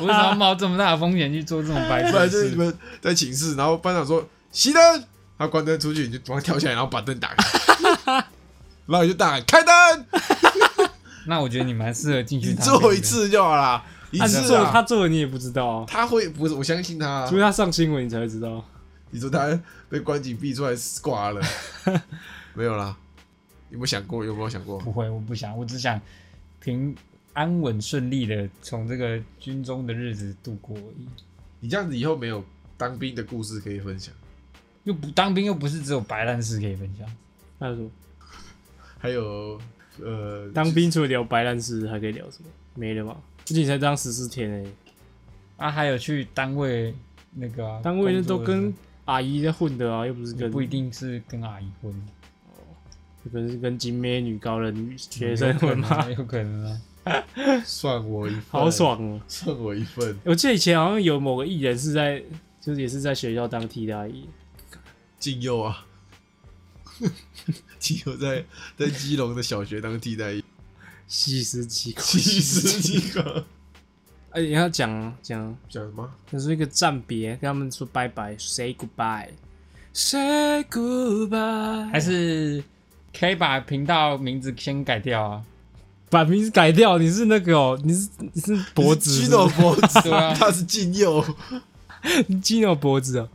Speaker 3: 我为什么要冒这么大的风险去做这种白
Speaker 1: 不然
Speaker 3: 烂
Speaker 1: 就是你
Speaker 3: 事？
Speaker 1: 们在寝室，然后班长说熄灯，他关灯出去，你就马上跳起来，然后把灯打 开，然后你就大喊开灯，
Speaker 3: 那我觉得你蛮适合进去
Speaker 1: 你
Speaker 3: 当
Speaker 1: 做一
Speaker 3: 兵的，
Speaker 1: 次就好啦，一
Speaker 2: 他
Speaker 1: 次
Speaker 2: 做
Speaker 1: 啊，
Speaker 2: 他做的你也不知道啊，
Speaker 1: 他会不是我相信他啊
Speaker 2: 除，非他上新闻你才会知道。
Speaker 1: 你说他被关紧闭出来挂 了，没有啦，有没有想过？有没有想过？
Speaker 3: 不会，我不想，我只想平安稳顺利的从这个军中的日子度过而已。
Speaker 1: 你这样子以后没有当兵的故事可以分享，
Speaker 3: 又不当兵，又不是只有白烂事可以分享。
Speaker 2: 他说
Speaker 1: 还有呃，
Speaker 2: 当兵除了聊白烂事，还可以聊什么？没了吧？最近才当十四天哎、
Speaker 3: 啊，还有去单位那个啊、
Speaker 2: 单位那都
Speaker 3: 工作的时候
Speaker 2: 跟阿姨在混的啊，又不是
Speaker 3: 也
Speaker 2: 跟
Speaker 3: 不一定是跟阿姨混，
Speaker 2: 又不是跟金妹女高的女学生混
Speaker 3: 有可能
Speaker 2: 吗
Speaker 3: 啊？有可能啊，
Speaker 1: 算我一份，
Speaker 2: 好，爽哦、
Speaker 1: 算我一份。
Speaker 2: 我记得以前好像有某个艺人是在，就是也是在学校当替代役，
Speaker 1: 禁佑啊， 禁佑在在基隆的小学当替 代役，
Speaker 2: 细思极恐。
Speaker 1: 其实几个
Speaker 2: 哎，你要讲讲，
Speaker 1: 讲什么？
Speaker 2: 就是一个暂别，跟他们说拜拜，say goodbye，say goodbye，
Speaker 3: 还是可以把频道名字先改掉啊？
Speaker 2: 把名字改掉？你是那个哦，你是你 是脖子
Speaker 1: 你
Speaker 2: 是
Speaker 1: 是
Speaker 2: 不是
Speaker 1: 举手脖子，
Speaker 3: 对啊
Speaker 1: 他是禁佑，
Speaker 2: ，Gino 脖子哦。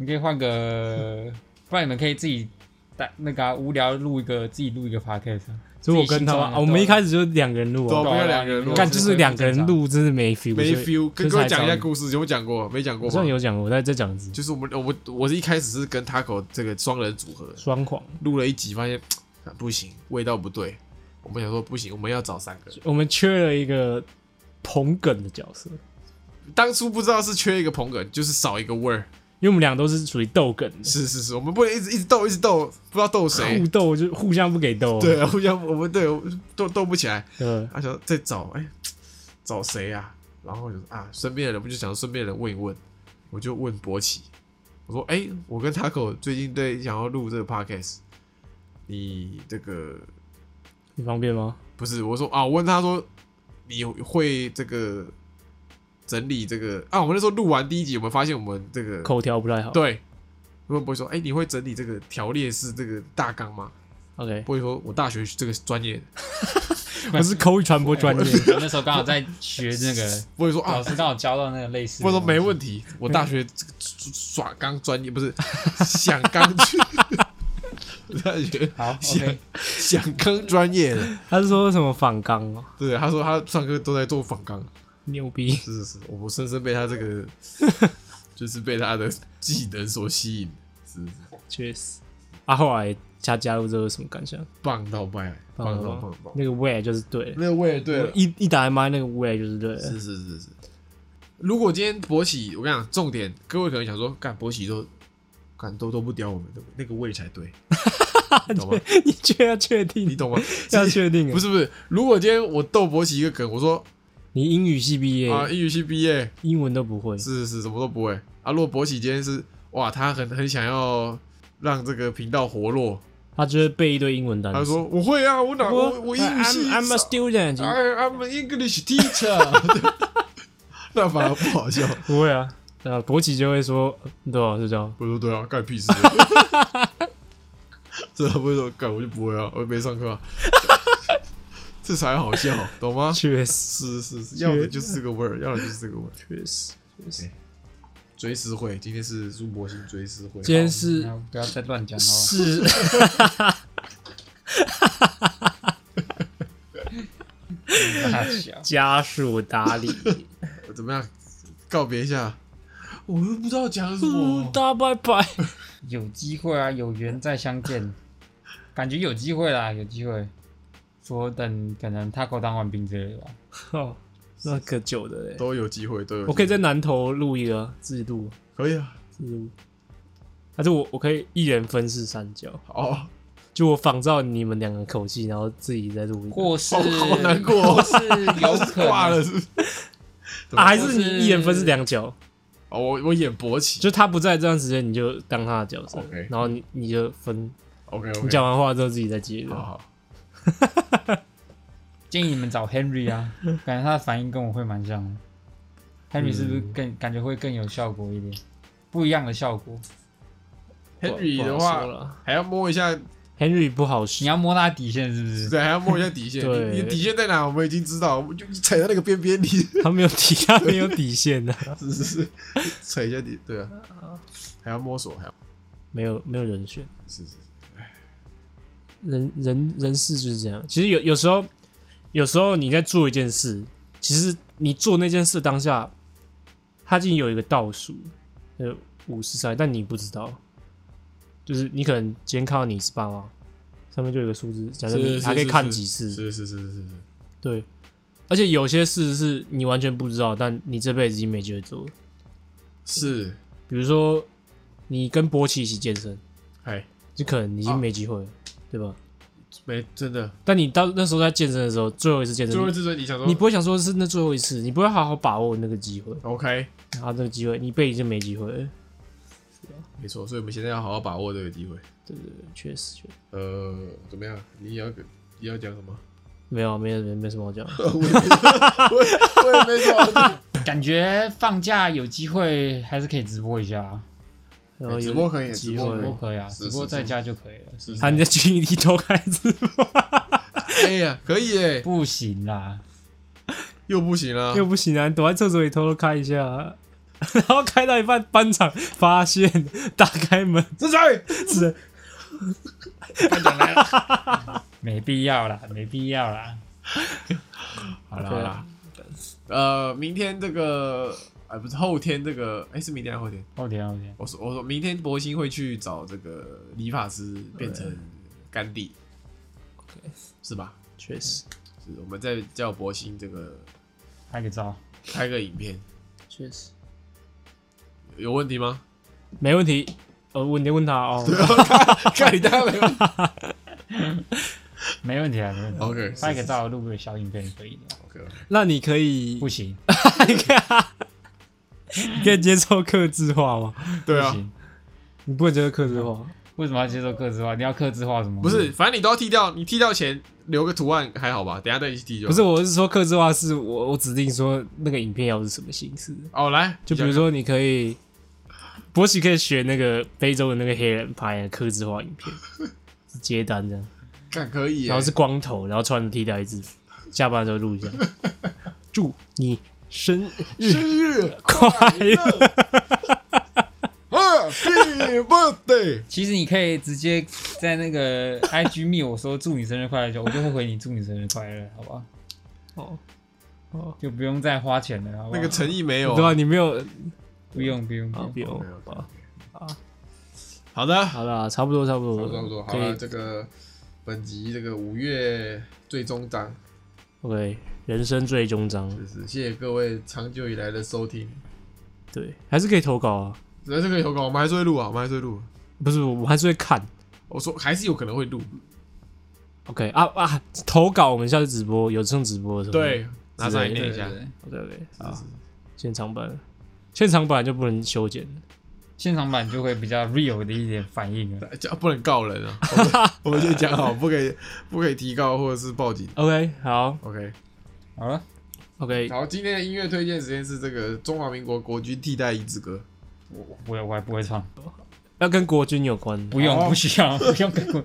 Speaker 3: 你可以换 个，不然你们可以自己带那个啊、无聊录一个，自己录一个 podcast 啊。
Speaker 2: 所以我跟他们，啊我们一开始就两个人录
Speaker 1: 对啊，
Speaker 2: 啊
Speaker 3: 我
Speaker 1: 没有两个人录
Speaker 2: 但就是两个 人，录，真是没 feel，
Speaker 1: 没
Speaker 2: 所以
Speaker 1: feel。跟
Speaker 2: 所
Speaker 1: 各
Speaker 2: 以才
Speaker 1: 位讲一下
Speaker 2: 找你
Speaker 1: 故事，有没有讲过？没讲过
Speaker 2: 好像
Speaker 1: 吗？
Speaker 2: 有讲过，我再再讲一次，
Speaker 1: 就是我们我我是一开始是跟 Taco 这个双人组合
Speaker 2: 双狂。
Speaker 1: 录了一集，发现啊不行，味道不对。我们想说不行，我们要找三个。
Speaker 2: 我们缺了一个捧梗的角色，
Speaker 1: 当初不知道是缺一个捧哏，就是少一个味儿。
Speaker 2: 因为我们俩都是属于逗梗的，
Speaker 1: 是是是，我们不能一直一直斗，一直斗，不知道斗谁
Speaker 2: 互。斗就互相不给逗。呃
Speaker 1: 对，互相我们对斗斗不起来。
Speaker 2: 对，
Speaker 1: 他想再找，哎、找谁啊？然后我就说啊，身边的人，我就想顺便的人问一问，我就问博奇，我说，哎、我跟 Taco 最近对想要录这个 podcast，你这个
Speaker 2: 你方便吗？
Speaker 1: 不是？我说啊，我问他说你会这个整理这个啊？我们那时候录完第一集，我们发现我们这个
Speaker 2: 口条不太好。
Speaker 1: 对，我问博奇说，哎、你会整理这个条列式这个大纲吗？
Speaker 2: ，OK，
Speaker 1: 博奇说，我大学这个专业的，
Speaker 2: 我是口语传播专业
Speaker 3: 我，那时候刚好在学那个，
Speaker 1: 博奇说啊
Speaker 3: 老，师刚好教到那个类似
Speaker 1: 我
Speaker 3: 的东
Speaker 1: 说
Speaker 3: 西。
Speaker 1: 没问题，我大学这个耍钢专业不是 想钢去，我大学
Speaker 3: 好
Speaker 1: 想
Speaker 3: ，OK，
Speaker 1: 想钢专业的。
Speaker 2: 他是说什么反刚哦，
Speaker 1: 对，他说他上课都在做仿钢，
Speaker 2: 牛逼，
Speaker 1: 是是是，我深深被他这个 就是被他的技能所吸引，是是
Speaker 2: 确实。啊，后来加加入之后有什么感想？
Speaker 1: 棒到爆，棒到棒棒。
Speaker 2: 那个 way 就是对了，
Speaker 1: 那我也对了，啊
Speaker 2: 一一打开麦那个 way 就是对了，
Speaker 1: 是是是是。如果今天博喜，我跟你讲，重点，各位可能想说，干博喜都干都都不屌我们，对不对那个位才对，你懂 吗？
Speaker 2: 你确要确
Speaker 1: 你
Speaker 2: 定，
Speaker 1: 懂吗？
Speaker 2: 要确定，
Speaker 1: 不
Speaker 2: 是
Speaker 1: 是不是，如果今天我逗博奇一个梗，我说
Speaker 2: 你英语系毕业，
Speaker 1: 啊英语系毕业，
Speaker 2: 英文都不会，
Speaker 1: 是是是，什么都不会啊。如果博奇今天是哇，他很很想要让这个频道活络，
Speaker 2: 他就会背一堆英文单
Speaker 1: 他就
Speaker 2: 词。
Speaker 1: 说我会啊，我哪我我英语系
Speaker 2: I'm I'm a student，
Speaker 1: I I'm an English teacher，那反而不好笑。
Speaker 2: 不会啊，啊，博奇就会说，呃对啊，是这样，
Speaker 1: 我说对啊，干屁事。这他不会说干，我就不会啊，我也没上课、啊，这才好笑，懂吗？
Speaker 2: 确实，
Speaker 1: 是是是，要的就是这个味儿，要的就是这个味儿。
Speaker 2: 确实，确实。
Speaker 1: 追思会，今天是朱柏星追思会。
Speaker 2: 今天 是
Speaker 3: 不要不要再乱 讲了。
Speaker 2: 是，
Speaker 3: 大小
Speaker 2: 家属打 理，
Speaker 1: 好怎么样？告别一下，我又不知道讲什么。
Speaker 2: 哦大拜拜。
Speaker 3: 有机会啊，有缘再相见， 感觉有机会啦，有机会。说等可能 Taco 当完兵之类的吧。
Speaker 2: 哦，那可久的嘞。
Speaker 1: 都有机会，都有机会。
Speaker 2: 我可以在南投录一个啊自己录，
Speaker 1: 可以啊。
Speaker 2: 自己录。还是我我可以一人分饰三角，
Speaker 1: 好，
Speaker 2: 就我仿照你们两个口气，然后自己再录一个。
Speaker 3: 或是
Speaker 1: 好好难过哦
Speaker 3: 或是有可
Speaker 1: 挂了
Speaker 3: 能
Speaker 1: 是 不是？
Speaker 2: 啊，还是你一人分饰两角，
Speaker 1: 哦，我我演勃起。
Speaker 2: 就他不在这段时间，你就当他的角色
Speaker 1: OK
Speaker 2: 然后你你就分，
Speaker 1: OK 哦
Speaker 2: 你
Speaker 1: OK，
Speaker 2: 讲完话之后自己再接着。
Speaker 1: 好好。
Speaker 3: 建议你们找 Henry 啊，感觉他的反应跟我会蛮像的。Henry 是
Speaker 1: 嗯
Speaker 3: 不是更、感觉会更有效果一点？不一样的效果，
Speaker 1: Henry 的
Speaker 2: 不好
Speaker 1: 话，
Speaker 2: 说了
Speaker 1: 还要摸一下，
Speaker 2: ，Henry 不好
Speaker 3: 你
Speaker 2: 说，
Speaker 3: 要摸他底线是不是？
Speaker 1: 对，还要摸一下底 线。
Speaker 2: 对
Speaker 1: 你你的底线在哪？我们已经知道，我们就踩在那个边边里，
Speaker 2: 他没有底， 他没有底线的、
Speaker 1: 是是是，踩一下底，对啊，还要摸索，还要
Speaker 2: 没有没有人选。
Speaker 1: 是是是，
Speaker 2: 人人人事就是这样。其实有有时候，有时候你在做一件事，其实你做那件事当下，它已经有一个倒数，呃，五十三，但你不知道，就是你可能今天看到你是八号，上面就有一个数字，假设
Speaker 1: 是
Speaker 2: 你
Speaker 1: 是
Speaker 2: 还可以
Speaker 1: 是
Speaker 2: 看
Speaker 1: 是
Speaker 2: 几次，
Speaker 1: 是是是是是，
Speaker 2: 对。而且有些事是你完全不知道，但你这辈子已经没机会做了。
Speaker 1: 是，
Speaker 2: 比如说，你跟波奇一起健身，
Speaker 1: 哎，
Speaker 2: 就可能你已经没机会了，对吧？
Speaker 1: 没真的，
Speaker 2: 但你到那时候在健身的时候，最后一次健身，
Speaker 1: 最后一次所以嗯你想说
Speaker 2: 你不会想说是那最后一次，你不会好好把握那个机会，
Speaker 1: OK，
Speaker 2: 然后那个机会你被已经没机会了。
Speaker 1: 没错，所以我们现在要好好把握这个机会。
Speaker 2: 对对对，确实确实
Speaker 1: 呃，怎么样？你也要你要讲什么？
Speaker 2: 没有啊没有没没什么好讲的。
Speaker 1: 我也没我我也没说，
Speaker 3: 感觉放假有机会还是可以直播一下啊，
Speaker 2: 然后有
Speaker 1: 哎直播可以
Speaker 2: 机
Speaker 1: 直播
Speaker 3: 直播
Speaker 2: 会
Speaker 3: 可以啊，
Speaker 1: 是
Speaker 3: 直播
Speaker 1: 是
Speaker 3: 在
Speaker 1: 是
Speaker 3: 家就可以了。
Speaker 1: 是
Speaker 2: 啊，你在群里都开直播
Speaker 1: 哎呀，可以耶，
Speaker 3: 不行啦，
Speaker 1: 又不行了
Speaker 2: 又，不行啊，你躲在厕所里偷偷开一下啊， 然后开到一半，班长发现打开门，
Speaker 1: 志才，
Speaker 2: 是
Speaker 3: 班长来了，没必要啦，没必要啦。
Speaker 1: 好了好了，呃，明天这个，哎，不是后天这个，哎，是明天还是后天？
Speaker 3: 后天后天，
Speaker 1: 我说我说明天博兴会去找这个理发师变成甘地，是吧？
Speaker 2: 确实
Speaker 1: 是，我们再叫博兴这个
Speaker 3: 拍个照，
Speaker 1: 拍个影片，
Speaker 2: 确实
Speaker 1: 有问题 吗？
Speaker 2: 没问题。呃，问你问 他哦，
Speaker 1: 看你当然没问题。
Speaker 3: 没问题啊，没问题。
Speaker 1: OK，
Speaker 3: 拍个照，录个小影片可以的。
Speaker 1: OK，
Speaker 2: 那你可以
Speaker 3: 不行，
Speaker 2: 你可以你可以接受克制化吗？啊
Speaker 1: 对
Speaker 3: 不
Speaker 1: 啊，
Speaker 3: 行，
Speaker 2: 你不会接受克制化？
Speaker 3: 为什么要接受客制化？你要客制化什么？
Speaker 1: 不是，，反正你都要剃掉，你剃掉前留个图案还好吧？等一下再一起剃就好
Speaker 2: 不是，我是说克制化是我我指定说那个影片要是什么形式，
Speaker 1: 哦，来，
Speaker 2: 就比如说你可以，博喜可以学那个非洲的那个黑人拍的克制化影片，是接单这样，
Speaker 1: 看可以耶，
Speaker 2: 然后是光头，然后穿着替代制服，下班的时候录一下。祝你生日
Speaker 1: 生日
Speaker 2: 快乐！
Speaker 1: Happy Birthday，
Speaker 3: 其实你可以直接在那个 IG 密我说祝你生日快乐的时候，我就会回你祝你生日快乐，好不好？
Speaker 2: 哦，
Speaker 3: 就不用再花钱了，好不好？
Speaker 1: 那个诚意没有
Speaker 2: 对啊，
Speaker 1: 啊。
Speaker 2: 你没有
Speaker 3: 不用不用不
Speaker 2: 啊
Speaker 3: 用，，
Speaker 2: 不用
Speaker 1: OK，OK，OK
Speaker 2: 啊。
Speaker 1: 好的，
Speaker 2: 好啦，差不多，差不
Speaker 1: 差
Speaker 2: 多，
Speaker 1: 不多差不多，好
Speaker 2: 可
Speaker 1: 了，
Speaker 2: 以
Speaker 1: 这个本集这个五月最终章，
Speaker 2: ，OK，人生最终章，
Speaker 1: 就是谢谢各位长久以来的收听。
Speaker 2: 对，还是可以投稿啊，
Speaker 1: 那这个投稿我们还是会录啊，我们还是会录。
Speaker 2: 不是，我还是会看。
Speaker 1: 我说还是有可能会录，
Speaker 2: OK 啊啊，投稿我们下次直播有剩直播的时候，
Speaker 1: 对，拿上来念
Speaker 3: 对
Speaker 1: 一下
Speaker 3: 对。对
Speaker 2: 对对
Speaker 1: 是
Speaker 2: 啊
Speaker 1: 是，
Speaker 2: 现场版，现场版就不能修剪，
Speaker 3: 现场版就会比较 real 的一点反应了。
Speaker 1: 这不能告人啊！我们我们先讲好，不可以不可以提告或者是报警。
Speaker 2: OK，好
Speaker 1: OK，
Speaker 3: 好了，
Speaker 2: ，OK，
Speaker 1: 好，今天的音乐推荐时间是这个中华民国国军替代役之歌。
Speaker 3: 我我不会，我还不会唱，
Speaker 2: 要跟国军有关，
Speaker 3: 不用
Speaker 1: 好
Speaker 3: 不需 要不用跟过，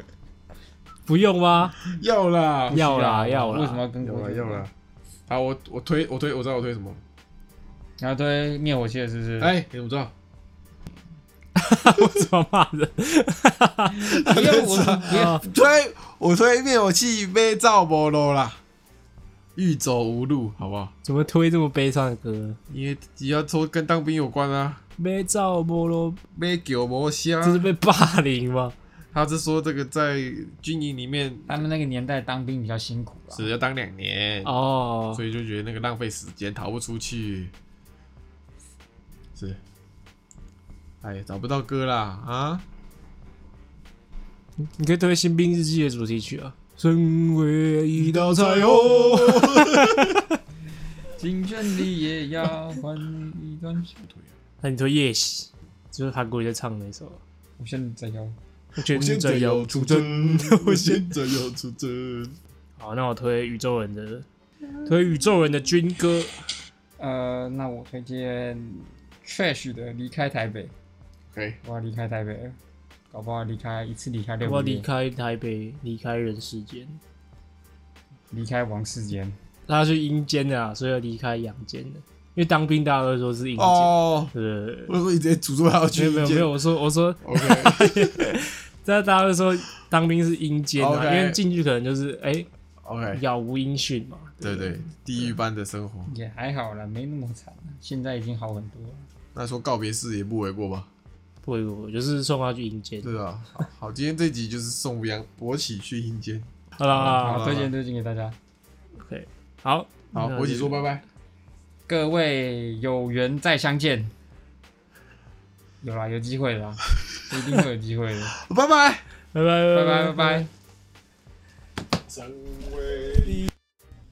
Speaker 2: 不用吗？
Speaker 1: 要啦，
Speaker 2: 要啦
Speaker 3: 不需
Speaker 2: 要啦
Speaker 3: 为 什么要跟
Speaker 1: 要
Speaker 3: 过
Speaker 1: 啦，要啦。好，我我推我推我知道我推什么。
Speaker 3: 然后推灭火器了是不是？
Speaker 1: 哎，你怎么知道？
Speaker 2: 我怎么骂人？
Speaker 3: 不用我 不用，
Speaker 1: 推我推灭火器被造没落啦，欲走无路，好不好？
Speaker 2: 怎么推这么悲伤的歌？
Speaker 1: 因为也要说跟当兵有关啊，
Speaker 2: 被照波罗，
Speaker 1: 被狗魔虾，
Speaker 2: 这是被霸凌吗？
Speaker 1: 他是说这个在军营里面
Speaker 3: 他们那个年代当兵比较辛苦啊。
Speaker 1: 只要当两年，
Speaker 2: 哦
Speaker 1: 所，以就觉得那个浪费时间，逃不出去，是，哎，找不到歌啦啊！
Speaker 2: 你可以推《新兵日记》的主题曲啊。身为一道菜
Speaker 1: 哟，
Speaker 2: 哦，
Speaker 3: 青春里也要还你一段情。
Speaker 2: 那你推《夜袭》，就是韩国瑜在唱那首。
Speaker 3: 我现在要
Speaker 2: 我觉
Speaker 1: 我
Speaker 2: 得
Speaker 1: 现在哦
Speaker 2: 这
Speaker 1: 要
Speaker 2: 有
Speaker 1: 出
Speaker 2: 出
Speaker 1: 征
Speaker 2: 征。，
Speaker 1: 我现在要出征。
Speaker 2: 好，那我推宇宙人的，推宇宙人的军歌。
Speaker 3: 呃，那我推荐 Trash 的《离开台北》，
Speaker 1: OK，
Speaker 3: 我要离开台北了，搞不好离开一次离开六
Speaker 2: 我要
Speaker 3: 个
Speaker 2: 离
Speaker 3: 月，
Speaker 2: 开台北，离开人世间。
Speaker 3: 离开王世坚。
Speaker 2: 他去阴间的啊，所以要离开阳间的。因为当兵大家都说是阴间，
Speaker 1: 哦，
Speaker 2: 对
Speaker 1: 我说你直接诅咒他要
Speaker 2: 没
Speaker 1: 去
Speaker 2: 有没有没有，我说我说，
Speaker 1: ，OK，
Speaker 2: 大家大家都说当兵是阴间啊，
Speaker 1: OK
Speaker 2: 因为进去可能就是哎、
Speaker 1: OK，
Speaker 2: 杳无音讯嘛。
Speaker 1: 对对，地狱般的生活。
Speaker 3: 也还好啦，没那么惨啊，现在已经好很多了。
Speaker 1: 那说告别式也不为过吧？
Speaker 2: 不不不，就是送他去阴间。
Speaker 1: 对啊，好，好今天这集就是送杨博起去阴间。
Speaker 2: 好啦好
Speaker 3: 好，
Speaker 2: 啦
Speaker 3: 推荐推荐给大家，
Speaker 2: ，OK，好，
Speaker 1: 好，
Speaker 2: 那
Speaker 1: 博起
Speaker 2: 就
Speaker 1: 说拜拜。
Speaker 3: 各位有缘再相见。有啦，有机会 啦，一定会有机会的。
Speaker 1: 拜拜。
Speaker 2: 拜拜
Speaker 3: 拜拜拜拜。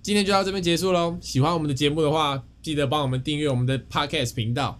Speaker 4: 今天就到这边结束喽。喜欢我们的节目的话，记得帮我们订阅我们的 Podcast 频道，